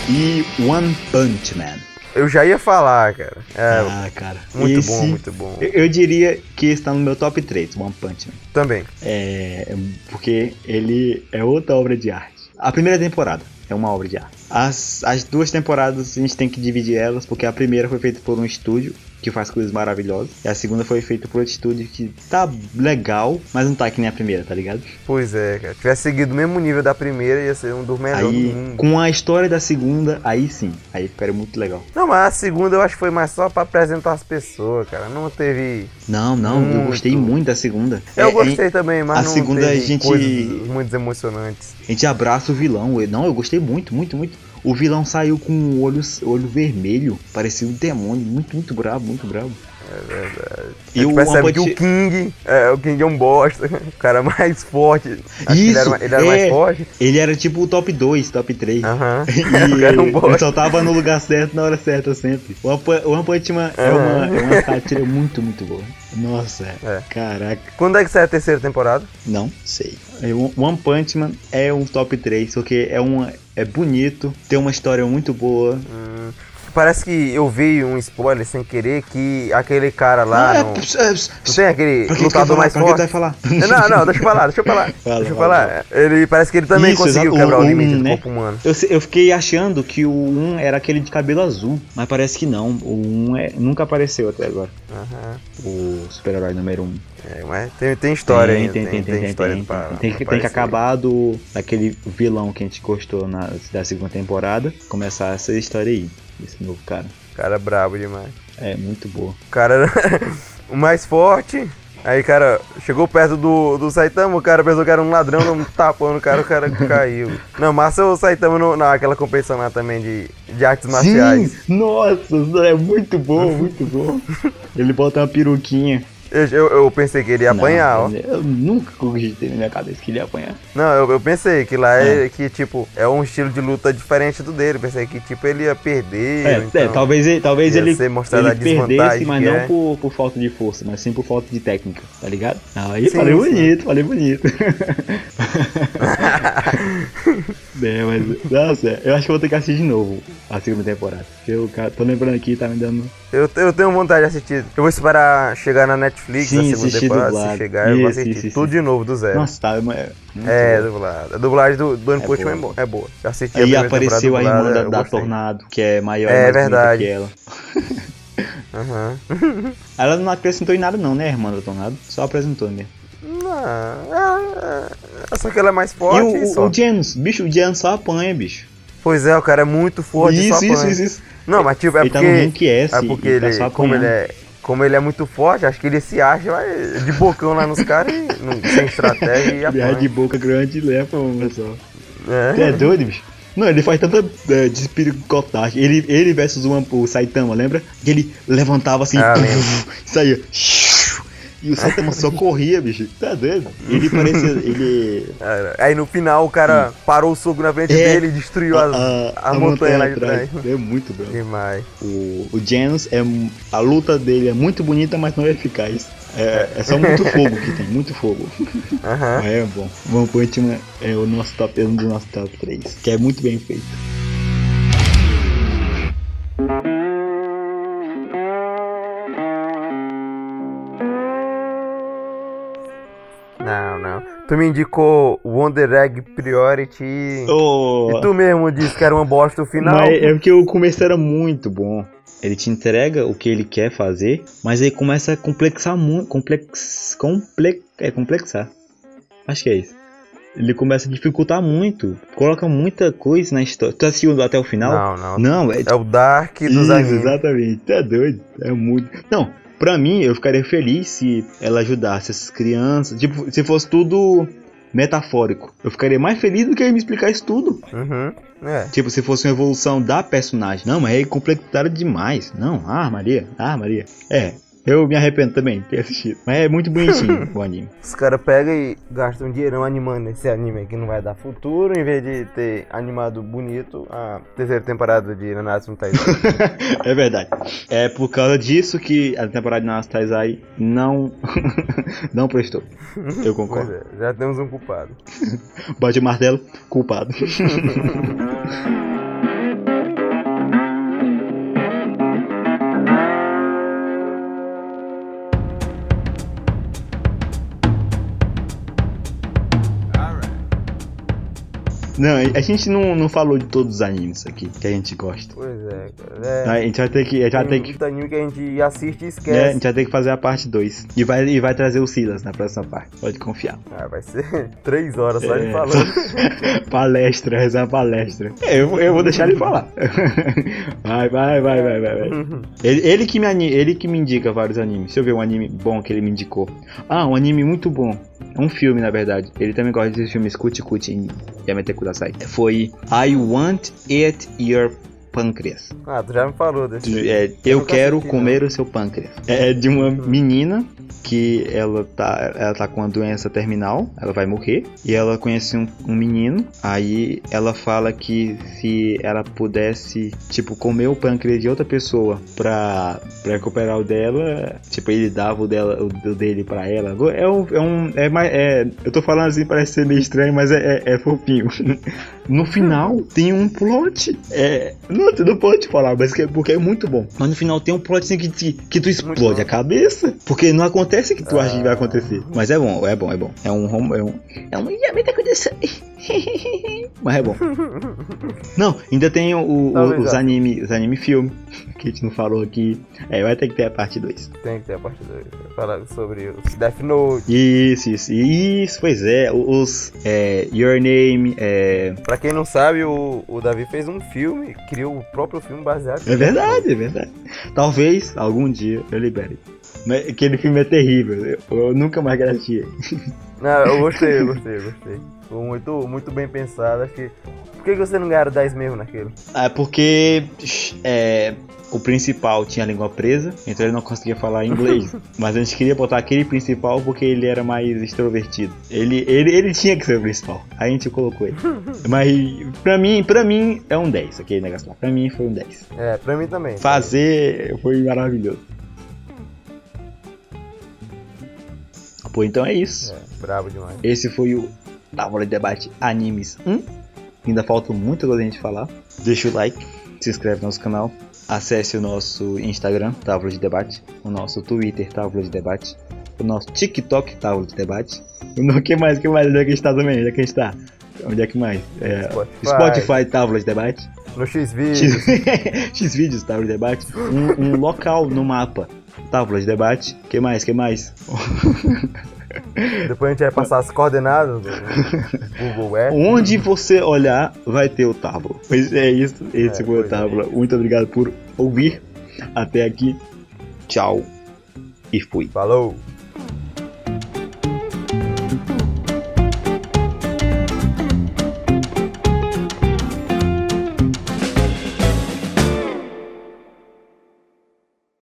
[SPEAKER 1] E One Punch Man.
[SPEAKER 3] Eu já ia falar, cara. É,
[SPEAKER 1] ah, cara.
[SPEAKER 3] muito
[SPEAKER 1] esse-
[SPEAKER 3] bom, muito bom.
[SPEAKER 1] Eu, eu diria que está no meu top 3, One Punch Man.
[SPEAKER 3] Também.
[SPEAKER 1] É, porque ele é outra obra de arte. A primeira temporada é uma obra de arte. As, as duas temporadas a gente tem que dividir elas, porque a primeira foi feita por um estúdio que faz coisas maravilhosas, e a segunda foi feita por outro estúdio que tá legal, mas não tá que nem a primeira, tá ligado?
[SPEAKER 3] Pois é, cara. Tivesse seguido o mesmo nível da primeira, ia ser um dos melhores do
[SPEAKER 1] Aí,
[SPEAKER 3] mundo.
[SPEAKER 1] com a história da segunda, aí sim, aí ficaria muito legal.
[SPEAKER 3] Não, mas a segunda eu acho que foi mais só pra apresentar as pessoas, cara. Não teve.
[SPEAKER 1] Não, não, eu
[SPEAKER 3] Muito.
[SPEAKER 1] gostei muito da segunda.
[SPEAKER 3] Eu
[SPEAKER 1] É, é,
[SPEAKER 3] gostei também, mas
[SPEAKER 1] a
[SPEAKER 3] não
[SPEAKER 1] segunda
[SPEAKER 3] teve
[SPEAKER 1] a gente-
[SPEAKER 3] coisas muito emocionantes.
[SPEAKER 1] A gente abraça o vilão. Eu- Não, eu gostei muito, muito, muito. O vilão saiu com o olho, olho vermelho. Parecia um demônio. Muito, muito brabo, muito brabo. É verdade.
[SPEAKER 3] A
[SPEAKER 1] E
[SPEAKER 3] gente
[SPEAKER 1] o
[SPEAKER 3] percebe que o
[SPEAKER 1] Ampati-
[SPEAKER 3] King, é, o King é um bosta, o cara mais forte. Acho que ele
[SPEAKER 1] Isso,
[SPEAKER 3] era, ma- ele era
[SPEAKER 1] é.
[SPEAKER 3] mais forte.
[SPEAKER 1] Ele era tipo o top 2, top 3.
[SPEAKER 3] Aham. o
[SPEAKER 1] E
[SPEAKER 3] cara é um
[SPEAKER 1] ele
[SPEAKER 3] bosta.
[SPEAKER 1] só tava no lugar certo na hora certa sempre. O Ampa- o One Punch Man é uma, é uma sátira muito, muito boa. Nossa,
[SPEAKER 3] Ah. É.
[SPEAKER 1] caraca.
[SPEAKER 3] Quando é que sai a terceira temporada?
[SPEAKER 1] Não sei. É, o One Punch Man é um top 3, porque é, uma, é bonito, tem uma história muito boa.
[SPEAKER 3] Parece que eu vi um spoiler sem querer que aquele cara lá. não, não
[SPEAKER 1] é, é,
[SPEAKER 3] tem aquele
[SPEAKER 1] Pra que tu vai falar?
[SPEAKER 3] lutador mais
[SPEAKER 1] Pra que tu vai
[SPEAKER 3] forte?
[SPEAKER 1] falar?
[SPEAKER 3] Não, não, deixa eu falar, deixa eu falar.
[SPEAKER 1] Fala,
[SPEAKER 3] deixa eu
[SPEAKER 1] fala.
[SPEAKER 3] falar. Ele parece que ele também
[SPEAKER 1] Isso,
[SPEAKER 3] conseguiu
[SPEAKER 1] exato,
[SPEAKER 3] quebrar
[SPEAKER 1] o
[SPEAKER 3] o
[SPEAKER 1] um,
[SPEAKER 3] limite do
[SPEAKER 1] né?
[SPEAKER 3] corpo humano.
[SPEAKER 1] Eu, se- eu fiquei achando que o 1 era aquele de cabelo azul, mas parece que não. O 1 é, nunca apareceu até agora.
[SPEAKER 3] Aham.
[SPEAKER 1] O super-herói número 1.
[SPEAKER 3] É, mas tem, tem história ainda. Tem, tem, história
[SPEAKER 1] tem,
[SPEAKER 3] pra-
[SPEAKER 1] tem, que,
[SPEAKER 3] pra
[SPEAKER 1] tem que
[SPEAKER 3] aparecer.
[SPEAKER 1] acabar do, daquele vilão que a gente gostou na, da segunda temporada. Começar essa história aí, desse novo cara.
[SPEAKER 3] Cara brabo demais.
[SPEAKER 1] É muito boa.
[SPEAKER 3] O cara era o mais forte. Aí, cara, chegou perto do, do Saitama, o cara pensou que era um ladrão, deu um tapão no cara, o cara caiu. Não, massa o Saitama no, naquela competição lá também de, de artes marciais.
[SPEAKER 1] Sim! Nossa, é muito bom, muito bom. Ele bota uma peruquinha
[SPEAKER 2] Eu, eu, eu pensei que ele ia apanhar, ó.
[SPEAKER 1] Não, Eu nunca cogitei na minha cabeça que ele ia apanhar.
[SPEAKER 2] Não, eu, eu pensei que lá é que, tipo, é um estilo de luta diferente do dele. Eu pensei que, tipo, ele ia perder.
[SPEAKER 1] É,
[SPEAKER 2] ou então-
[SPEAKER 1] é, talvez ele, talvez
[SPEAKER 2] ia
[SPEAKER 1] ele,
[SPEAKER 2] ser mostrada
[SPEAKER 1] ele
[SPEAKER 2] a desvantagem
[SPEAKER 1] perdesse, mas
[SPEAKER 2] que
[SPEAKER 1] não
[SPEAKER 2] é.
[SPEAKER 1] por, por falta de força, mas sim por falta de técnica, tá ligado? Aí
[SPEAKER 2] Sim,
[SPEAKER 1] falei
[SPEAKER 2] sim.
[SPEAKER 1] bonito, falei bonito. Bem, mas, nossa, eu acho que vou ter que assistir de novo a segunda temporada. Porque eu cara, tô lembrando aqui, tá me dando.
[SPEAKER 2] Eu, eu tenho vontade de assistir. Eu vou esperar chegar na Netflix,
[SPEAKER 1] Sim,
[SPEAKER 2] na segunda
[SPEAKER 1] assistir
[SPEAKER 2] temporada.
[SPEAKER 1] dublado.
[SPEAKER 2] Se chegar, eu vou
[SPEAKER 1] Isso,
[SPEAKER 2] assistir
[SPEAKER 1] isso, isso,
[SPEAKER 2] tudo de novo, do zero.
[SPEAKER 1] Nossa, tá, mas.
[SPEAKER 2] é, dublado. A dublagem do, do ano
[SPEAKER 1] É
[SPEAKER 2] Postman é
[SPEAKER 1] boa.
[SPEAKER 2] boa. É boa. Eu assisti
[SPEAKER 1] Aí
[SPEAKER 2] a primeira
[SPEAKER 1] apareceu a
[SPEAKER 2] temporada
[SPEAKER 1] irmã da,
[SPEAKER 2] dublada,
[SPEAKER 1] da
[SPEAKER 2] eu gostei.
[SPEAKER 1] Tornado, que é maior
[SPEAKER 2] É
[SPEAKER 1] e mais bonita
[SPEAKER 2] verdade.
[SPEAKER 1] que ela.
[SPEAKER 2] Aham.
[SPEAKER 1] Ela não acrescentou em nada não, né, irmã da Tornado? Só apresentou, né?
[SPEAKER 2] Ah, é, é, só que ela é mais forte
[SPEAKER 1] e
[SPEAKER 2] e
[SPEAKER 1] o,
[SPEAKER 2] só.
[SPEAKER 1] o, o Janus, bicho, o Janus só apanha, bicho.
[SPEAKER 2] Pois é, o cara é muito forte e só
[SPEAKER 1] isso, isso,
[SPEAKER 2] apanha.
[SPEAKER 1] isso, isso.
[SPEAKER 2] Não, mas tipo, é
[SPEAKER 1] ele tá
[SPEAKER 2] porque...
[SPEAKER 1] no rank S
[SPEAKER 2] é porque
[SPEAKER 1] e tá
[SPEAKER 2] ele,
[SPEAKER 1] só
[SPEAKER 2] como
[SPEAKER 1] apanhando.
[SPEAKER 2] ele é... Como ele é muito forte, acho que ele se acha vai, de bocão lá nos caras, e não- sem estratégia e
[SPEAKER 1] Ele é
[SPEAKER 2] apanha.
[SPEAKER 1] de boca grande e leva uma só. Tu
[SPEAKER 2] É.
[SPEAKER 1] é doido, bicho? Não, ele faz tanta é, despiricotagem. Ele, ele versus o, Ampo- o Saitama, lembra? Que ele levantava assim,
[SPEAKER 2] Ah, lembro.
[SPEAKER 1] saía. E o Saitama só corria, bicho. Tá doido? Ele parecia. Ele.
[SPEAKER 2] Cara, É, Aí no final o cara parou o soco na frente
[SPEAKER 1] É. ah,
[SPEAKER 2] dele e destruiu a, a montanha lá de trás.
[SPEAKER 1] É muito bom.
[SPEAKER 2] Demais.
[SPEAKER 1] O, o Janus é. mu- A luta dele é muito bonita, mas não é eficaz. É, é só muito fogo que tem, muito fogo.
[SPEAKER 2] Aham.
[SPEAKER 1] É bom. One Punch Man é o nosso top, é um dos nossos top 3, que é muito bem feito.
[SPEAKER 2] Não, não. Tu me indicou Wonder Egg Priority e-
[SPEAKER 1] Oh,
[SPEAKER 2] e tu mesmo disse que era uma bosta o final.
[SPEAKER 1] mas é porque o começo era muito bom. Ele te entrega o que ele quer fazer, mas ele começa a complexar muito. Complex. Comple, é complexar. Acho que é isso. Ele começa a dificultar muito. Coloca muita coisa na história. Tu assistiu até o final?
[SPEAKER 2] Não, não.
[SPEAKER 1] Não, é
[SPEAKER 2] É o Dark dos
[SPEAKER 1] Isso,
[SPEAKER 2] animes.
[SPEAKER 1] exatamente. Tá doido. É muito. Não, pra mim, eu ficaria feliz se ela ajudasse essas crianças. Tipo, se fosse tudo metafórico. Eu ficaria mais feliz do que ele me explicar isso tudo.
[SPEAKER 2] Uhum. É.
[SPEAKER 1] Tipo, se fosse uma evolução da personagem. Não, mas aí complexaram demais. Não, ah, Maria, ah, Maria. É. Eu me arrependo também de ter assistido. Mas é muito bonitinho o anime.
[SPEAKER 2] Os caras pegam e
[SPEAKER 3] Gasta um dinheirão animando esse anime que não vai dar futuro, em vez de ter animado bonito a terceira temporada de Nanatsu no Taizai.
[SPEAKER 1] É verdade. É por causa disso que a temporada de Nanas Taizai não. não prestou. Eu
[SPEAKER 3] Pois
[SPEAKER 1] concordo.
[SPEAKER 3] é, já temos um culpado.
[SPEAKER 1] Bate o martelo, culpado. Não, a gente não, não falou de todos os animes aqui que a gente gosta.
[SPEAKER 3] Pois é, cara. É,
[SPEAKER 1] A gente vai ter que, a gente vai ter
[SPEAKER 3] tem
[SPEAKER 1] que,
[SPEAKER 3] muito anime que a gente assiste e
[SPEAKER 1] né, a
[SPEAKER 3] esquece.
[SPEAKER 1] gente vai ter que fazer a parte 2. E vai, e vai trazer o Silas na próxima parte, pode confiar.
[SPEAKER 3] Ah, vai ser três horas só de
[SPEAKER 1] É.
[SPEAKER 3] falando.
[SPEAKER 1] palestra, essa palestra. É, eu, vou- eu vou deixar ele falar. Vai, vai, vai, vai, vai. vai. Ele, ele que me, ani- ele que me indica vários animes. Deixa eu ver um anime bom que ele me indicou. Ah, um anime muito bom. É um filme, na verdade. Ele também gosta desses filmes Kuti Kuti e Yamete Kudasai. Foi I Want It Your Pancreas.
[SPEAKER 3] Ah, tu já me falou desse.
[SPEAKER 1] É, eu
[SPEAKER 3] nunca
[SPEAKER 1] quero
[SPEAKER 3] assisti,
[SPEAKER 1] comer o seu pâncreas. É de uma menina que ela tá, ela tá com uma doença terminal, ela vai morrer, e ela conhece um, um menino, aí ela fala que se ela pudesse, tipo, comer o pâncreas de outra pessoa pra, pra recuperar o dela, tipo, ele dava o, dela, o do dele pra ela. É um. É um é, mais- é, eu tô falando assim, parece ser meio estranho, mas é, é, é fofinho. No final tem um plot. É. Não, tu não pode falar, mas que é- porque é muito bom. Mas no final tem um plot assim que, te- que tu explode a cabeça. Porque não acontece o que tu acha que vai acontecer. Mas é bom, é bom, é bom. É um rom- É um. É um. Já me tá acontecendo. Mas é bom. Não, ainda tem o, o-
[SPEAKER 3] Talvez
[SPEAKER 1] os
[SPEAKER 3] já.
[SPEAKER 1] anime, os anime filme, que a gente não falou aqui. É, vai ter que ter a parte 2.
[SPEAKER 3] Tem que ter a parte 2. Falar sobre os Death Note.
[SPEAKER 1] Isso, isso, isso, pois é. Os. É, Your Name, é.
[SPEAKER 3] Pra quem não sabe, o, o Davi fez um filme, criou o próprio filme baseado.
[SPEAKER 1] É verdade, é verdade. Talvez algum dia eu libere. Mas aquele filme é terrível. Eu, eu nunca mais quero assistir.
[SPEAKER 3] Não, Ah, eu gostei, eu gostei, eu gostei. Ficou muito, muito bem pensado. Acho que. Por que que você não ganharam 10 mesmo naquele?
[SPEAKER 1] Ah, porque. Ah, É. O principal tinha a língua presa, então ele não conseguia falar inglês. Mas a gente queria botar aquele principal porque ele era mais extrovertido. Ele, ele, ele tinha que ser o principal. Aí a gente colocou ele. Mas pra mim, pra mim é um 10, aquele negócio lá. Pra mim foi um 10.
[SPEAKER 3] É, pra mim também.
[SPEAKER 1] Fazer foi maravilhoso. Hum. Pô, então é isso.
[SPEAKER 3] É, brabo demais.
[SPEAKER 1] Esse foi o Tábua de Debate Animes 1. Ainda falta muita coisa a gente falar. Deixa o like, se inscreve no nosso canal, acesse o nosso Instagram, Tábua de Debate, o nosso Twitter, Tábua de Debate, o nosso TikTok, Tábua de Debate. E no que mais, que mais? Onde é que a gente tá também? Onde é que a gente tá? Onde é que mais? É,
[SPEAKER 3] Spotify.
[SPEAKER 1] Spotify, Tábua de Debate.
[SPEAKER 3] No X-Video.
[SPEAKER 1] X- X-Vídeos, Tábua de Debate. Um, um local no mapa, Tábua de Debate. que mais, que mais?
[SPEAKER 3] Depois a gente vai passar as coordenadas do do Google Earth.
[SPEAKER 1] Onde você olhar, vai ter o tábua. Pois é isso. Esse
[SPEAKER 3] É,
[SPEAKER 1] foi o
[SPEAKER 3] pois é.
[SPEAKER 1] tábua. Muito obrigado por ouvir. Até aqui. Tchau. E fui.
[SPEAKER 3] Falou!